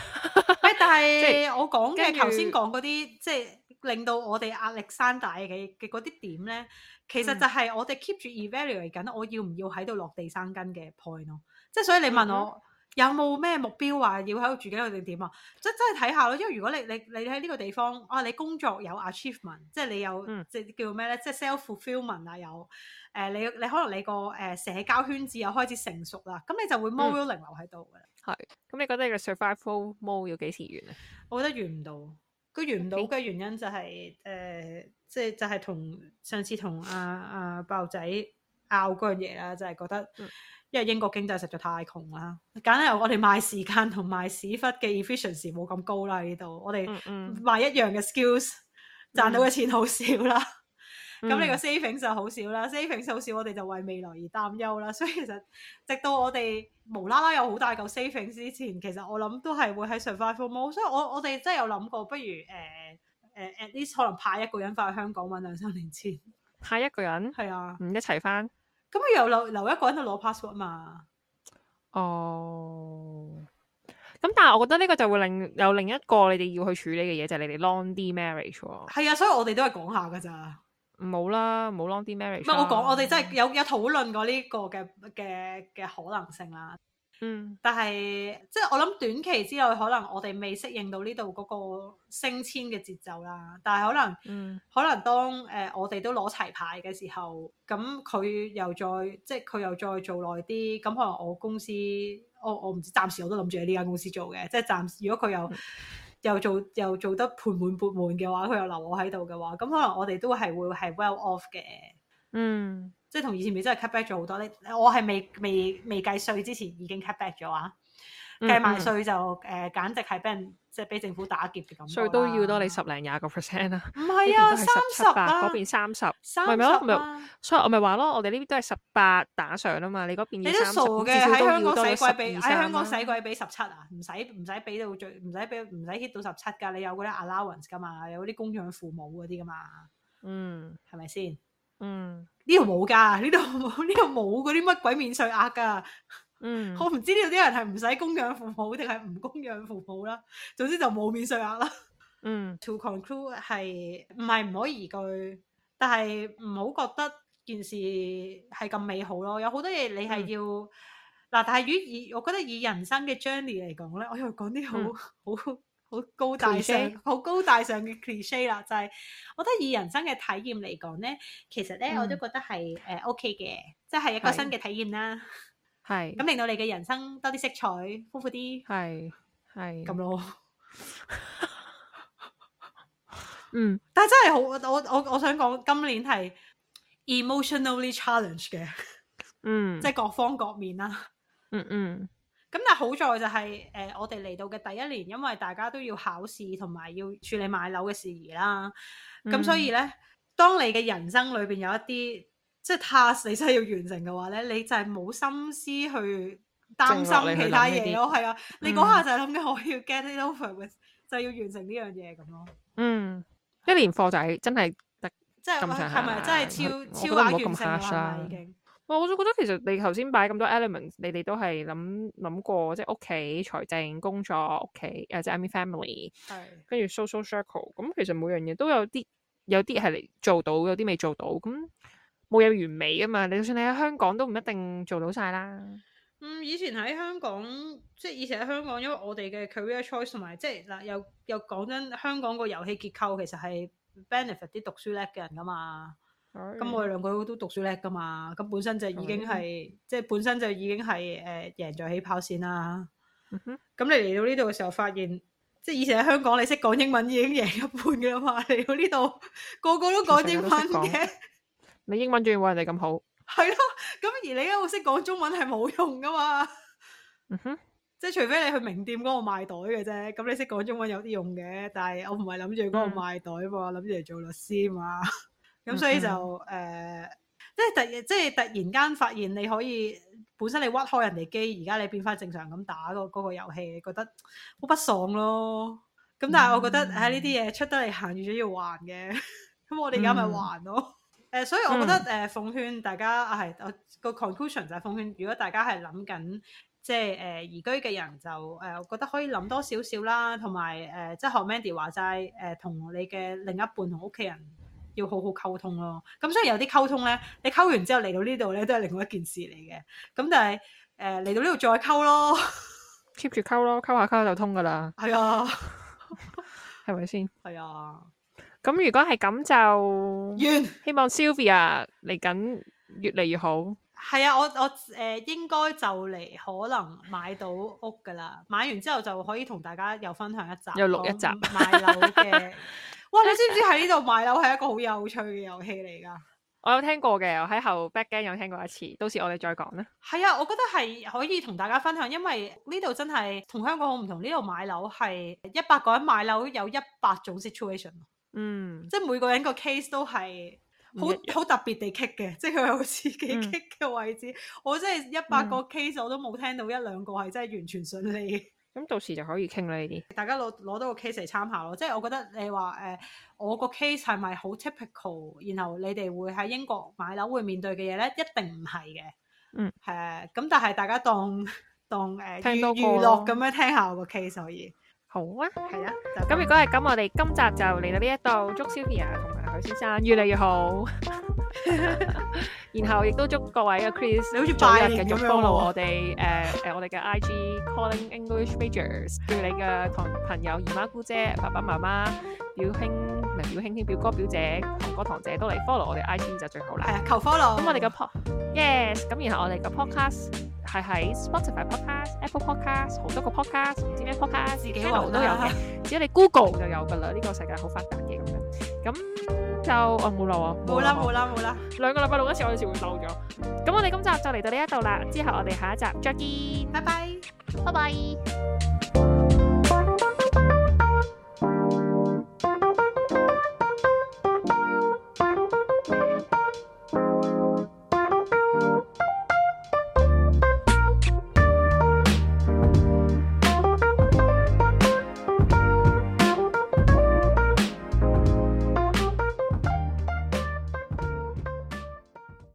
Speaker 2: 喂，但
Speaker 1: 即
Speaker 2: 係我講
Speaker 1: 跟
Speaker 2: 嘅
Speaker 1: 住
Speaker 2: 頭先講嗰啲，即係令到我哋壓力山大嘅嘅嗰啲點咧，其實
Speaker 1: 嗯
Speaker 2: 就係我哋 keep 住 evaluate 緊，我要唔要喺度落地生根嘅 point 咯。即係所以你問
Speaker 1: 嗯
Speaker 2: 我有冇咩目標話要喺度住幾耐定點啊？即真係睇下咯，因為如果你你你喺呢個地方，啊你工作有 achievement，即係你有、
Speaker 1: 嗯
Speaker 2: 即係叫咩咧？即係 self fulfillment 啊，有誒、你你可能你個誒、社交圈子又開始成熟啦，咁你就
Speaker 1: 嗯
Speaker 2: 會 more willing 留喺度㗎啦。
Speaker 1: 咁你覺得你嘅 survival mode 要幾時完啊？
Speaker 2: 我覺得完唔到。佢完唔到嘅原因就係、誒、即係就係同上次同阿阿爆仔拗嗰樣嘢啦，就係、覺得
Speaker 1: 嗯
Speaker 2: 因為英國經濟實在太窮啦，簡直我哋賣時間同賣屎忽嘅 efficiency 冇咁高啦呢度，我哋
Speaker 1: 嗯嗯，
Speaker 2: 賣一樣嘅 skills 賺到嘅錢好少啦。咁你個
Speaker 1: 嗯
Speaker 2: saving 就好少啦，saving 好少，我哋就為未來而擔憂啦。所以其實直到我哋無啦啦有好大嚿 saving 之前，其實我諗都係會喺 survival mode。所以我我哋真係有諗過，不如誒誒、呃 at least 可能派一個人翻去香港揾兩三年錢，
Speaker 1: 派一個人
Speaker 2: 係啊。
Speaker 1: 唔一齊翻
Speaker 2: 咁又留留一個人去攞 passport 嘛，
Speaker 1: 哦。咁但係我覺得呢個就會令有另一個你哋要去處理嘅嘢，就係、你哋 long D marriage 喎。
Speaker 2: 係啊，所以我哋都係講下㗎咋。
Speaker 1: 冇啦，冇 long d marriage
Speaker 2: 唔
Speaker 1: 啦。
Speaker 2: 係我講，我哋真係有有討論過呢個嘅嘅嘅可能性啦。
Speaker 1: 嗯
Speaker 2: 但係即係我諗短期之內，可能我哋未適應到呢度嗰個升遷嘅節奏啦。但係可能
Speaker 1: 嗯
Speaker 2: 可能當誒、呃我哋都攞齊牌嘅時候，咁佢又再即係佢又再做耐啲，咁可能我公司我我唔知，暫時我都諗住喺呢間公司做嘅，即係暫時如果佢又。又做又做得盤滿缽滿嘅話，佢又留我喺度嘅話，咁可能我哋都係會係 well off 嘅，
Speaker 1: 嗯
Speaker 2: 即係同以前比真係 cut back 咗好多。你我係未未未計税之前已經 cut back 咗啊！
Speaker 1: 嗯
Speaker 2: 計埋
Speaker 1: 嗯
Speaker 2: 税就誒、簡直係俾人即係俾政府打劫嘅感覺。啊
Speaker 1: 税都要多你十。零廿個 percent 啦。
Speaker 2: 唔
Speaker 1: 呢
Speaker 2: 嗯係
Speaker 1: 邊
Speaker 2: 啊，
Speaker 1: 都係
Speaker 2: 三
Speaker 1: 十
Speaker 2: 十
Speaker 1: 七八，
Speaker 2: 啊
Speaker 1: 嗰，邊三十，
Speaker 2: 三
Speaker 1: 咪
Speaker 2: 十
Speaker 1: 咪咯咪
Speaker 2: 啊。
Speaker 1: 所以我咪話咯，我哋呢邊都係十八打上啊嘛，你嗰邊
Speaker 2: 你
Speaker 1: 要
Speaker 2: 都
Speaker 1: 三十，
Speaker 2: 傻
Speaker 1: 咁
Speaker 2: 嘅，
Speaker 1: 至
Speaker 2: 喺
Speaker 1: 少
Speaker 2: 香
Speaker 1: 都要
Speaker 2: 港
Speaker 1: 多你
Speaker 2: 使
Speaker 1: 十
Speaker 2: 鬼俾
Speaker 1: 二
Speaker 2: 喺香
Speaker 1: 三
Speaker 2: 港
Speaker 1: 啊啦
Speaker 2: 使鬼俾十七啊，唔使唔使俾到最唔使俾唔使 hit 到十七㗎，你有嗰啲 allowance 㗎嘛，有嗰啲供養父母嗰啲㗎嘛，
Speaker 1: 嗯
Speaker 2: 係咪先？
Speaker 1: 嗯
Speaker 2: 呢度冇㗎，呢度冇呢度冇嗰啲乜鬼免税額㗎，
Speaker 1: 嗯，
Speaker 2: 我唔知呢度啲人係唔使供養父母定係唔供養父母啦，總之就冇免税額啦。
Speaker 1: 嗯
Speaker 2: To conclude 係唔係唔可以移居，但係唔好覺得件事係咁美好咯。有好多嘢你係
Speaker 1: 嗯
Speaker 2: 要嗱，但係於以我覺得以人生嘅 journey 嚟講咧，我又講啲
Speaker 1: 嗯
Speaker 2: 好好好高大
Speaker 1: Cliche
Speaker 2: 上、好高大上嘅 cliche 啦，就係、我覺得以人生嘅體驗嚟講咧，其實咧、我都
Speaker 1: 嗯
Speaker 2: 覺得係誒、呃 OK 嘅，即係一個
Speaker 1: 係
Speaker 2: 新嘅體驗啦。
Speaker 1: 係
Speaker 2: 咁令到你嘅人生多啲色彩，豐富啲
Speaker 1: 係係
Speaker 2: 咁咯。
Speaker 1: 嗯
Speaker 2: 但係真係好，我我我想講今年係 emotionally challenge 嘅，
Speaker 1: 嗯，
Speaker 2: 即係各方各面啦。
Speaker 1: 嗯嗯
Speaker 2: 咁但係好在就係、呃我哋嚟到嘅第一年，因為大家都要考試同埋要處理買樓嘅事宜啦。咁、所
Speaker 1: 嗯
Speaker 2: 以咧，當你嘅人生裏邊有一啲即係 task 你真係要完成嘅話咧，你就係冇心思去擔
Speaker 1: 靜落嚟
Speaker 2: 心
Speaker 1: 去
Speaker 2: 其他
Speaker 1: 諗呢
Speaker 2: 嘢
Speaker 1: 啲
Speaker 2: 咯。係啊，你
Speaker 1: 嗯
Speaker 2: 嗰下就係諗緊我要 get it over with，就要完成呢樣嘢咁咯。
Speaker 1: 嗯一年課就係真係得。
Speaker 2: 即係
Speaker 1: 咁上下
Speaker 2: 係咪真係
Speaker 1: 佢
Speaker 2: 超
Speaker 1: 我覺
Speaker 2: 超
Speaker 1: 得
Speaker 2: 額
Speaker 1: 唔好咁
Speaker 2: 完成啦？
Speaker 1: harsh 啊
Speaker 2: 係
Speaker 1: 啦
Speaker 2: 咪已經？
Speaker 1: 我我就覺得其實你頭先擺咁多 element，你哋都係諗諗過，即係屋企、財政、工作、屋企，誒、即係 I mean family，
Speaker 2: 係
Speaker 1: 跟住 social circle，咁其實每樣嘢都有啲有啲係你做到，有啲未做到，咁冇嘢完美噶嘛。你就算你喺香港都唔一定做到晒啦。
Speaker 2: 嗯，以前喺香港，即係以前喺香港，因為我哋嘅 career choice 同埋即係嗱，又又講真，香港個遊戲結構其實係 benefit 啲讀書叻嘅人噶嘛。咁
Speaker 1: 咁
Speaker 2: 我哋兩個都讀書叻噶嘛，咁本身就已經係即係本身就已經係誒、呃、贏在起跑線啦。
Speaker 1: 嗯哼
Speaker 2: 咁你嚟到呢度嘅時候，發現即係以前喺香港，你識講英文已經贏一半噶啦嘛。 嚟到呢度，個個 都講英文
Speaker 1: 其實個個都識
Speaker 2: 嘅
Speaker 1: 講。你英文仲要冇人哋咁好。
Speaker 2: 係咯，咁而你一路識講中文係冇用噶嘛，
Speaker 1: 嗯哼，
Speaker 2: 即係除非你去名店嗰度賣袋嘅啫，咁你識講中文有啲用嘅，但係我唔係諗住嗰
Speaker 1: 嗯
Speaker 2: 度賣袋嘛，諗住嚟做律 師嘛，咁所
Speaker 1: 嗯
Speaker 2: 以就誒、呃即係突然即係突然間發現你可以本身你屈開人哋機，而家你變翻正常咁打個嗰個遊戲，你覺得好不爽咯。咁但係我覺得
Speaker 1: 嗯
Speaker 2: 喺呢啲嘢出得嚟行預咗要還嘅，咁我哋而家咪
Speaker 1: 嗯
Speaker 2: 還咯。誒、所以我覺得誒、奉勸大家啊，係我個 conclusion 就係奉勸，如果大家係諗緊即係誒、移居嘅人就誒、我覺得可以諗多少少啦，同埋誒即係學 Mandy 話齋誒，同、你嘅另一半同屋企人要好好溝通咯。咁所以有啲溝通咧，你溝完之後嚟到呢度咧，都係另外一件事嚟嘅。咁但係誒嚟到呢度再溝咯，
Speaker 1: keep 住溝咯，溝下溝下就通噶啦，
Speaker 2: 係啊，
Speaker 1: 係咪先？
Speaker 2: 係啊，
Speaker 1: 咁如果係咁就
Speaker 2: 完。
Speaker 1: 希望 Sylvia 嚟緊越嚟越好。
Speaker 2: 係啊，我我誒、呃、應該就嚟可能買到屋噶啦，買完之後就可以同大家又分享一集，
Speaker 1: 又錄一集
Speaker 2: 講買樓 嘅。哇！你知唔知喺呢度買樓係一個好有趣嘅遊戲嚟㗎？
Speaker 1: 我有聽過嘅，我喺後 back end 有聽過一次，到時我哋再講啦。
Speaker 2: 係啊，我覺得係可以同大家分享，因為呢度真係同香港好唔同。呢度買樓係一百個人買樓有一百種 situation，
Speaker 1: 嗯，
Speaker 2: 即係每個人個 case 都係好
Speaker 1: 唔一樣
Speaker 2: 好特別地棘嘅， 即係佢有自己
Speaker 1: 嗯
Speaker 2: 棘嘅位置。我真係一百
Speaker 1: 嗯
Speaker 2: 個 case 我都冇聽到一兩個係真係完全順利嘅。
Speaker 1: 咁到時就可以傾啦呢啲。
Speaker 2: 大家攞攞到個 case 嚟參考咯，即係我覺得呃你話誒、我個 case 係咪好 typical？然後你哋會喺英國買樓會面對嘅嘢咧，一定唔係嘅。
Speaker 1: 嗯，
Speaker 2: 係啊咁但係大家當 當誒、
Speaker 1: 聽
Speaker 2: 娛
Speaker 1: 多個
Speaker 2: 娛
Speaker 1: 咯
Speaker 2: 樂咁樣聽下我個 case 可以
Speaker 1: 好啊，
Speaker 2: 係啦。就
Speaker 1: 咁
Speaker 2: 咁
Speaker 1: 如果係咁，我哋今集就嚟到呢一度，祝 Sylvia 同埋許先生越嚟 越好，然後亦都祝各位嘅 Chris
Speaker 2: 你好似
Speaker 1: 早日
Speaker 2: 拜年
Speaker 1: 繼續
Speaker 2: 咁樣
Speaker 1: follow
Speaker 2: 喎
Speaker 1: 我哋誒誒我哋嘅 IG Calling English Majors，叫你嘅同朋友姨媽姑姐、爸爸媽媽、表兄唔係表兄添，表哥表姐、堂哥堂姐都嚟 follow 我哋 IG 就最好啦
Speaker 2: 係。啊，求 follow。
Speaker 1: 咁我哋嘅 pod yes，咁然後我哋嘅 podcast 係喺 Spotify podcast、Apple podcast 好多個 podcast，唔知咩 podcast
Speaker 2: 自己
Speaker 1: channel
Speaker 2: 揾
Speaker 1: 都有
Speaker 2: 啦
Speaker 1: 嘅，只要你 Google 就有㗎啦。呢、個世界好發達嘅咁樣，咁就我冇漏啊，
Speaker 2: 冇啦
Speaker 1: 漏啊
Speaker 2: 冇啦冇啦，
Speaker 1: 兩個禮拜錄一次，我有時會漏咗。咁我哋今集就嚟到呢一度啦，之後我哋下一集再見，
Speaker 2: 拜拜。
Speaker 1: 拜拜。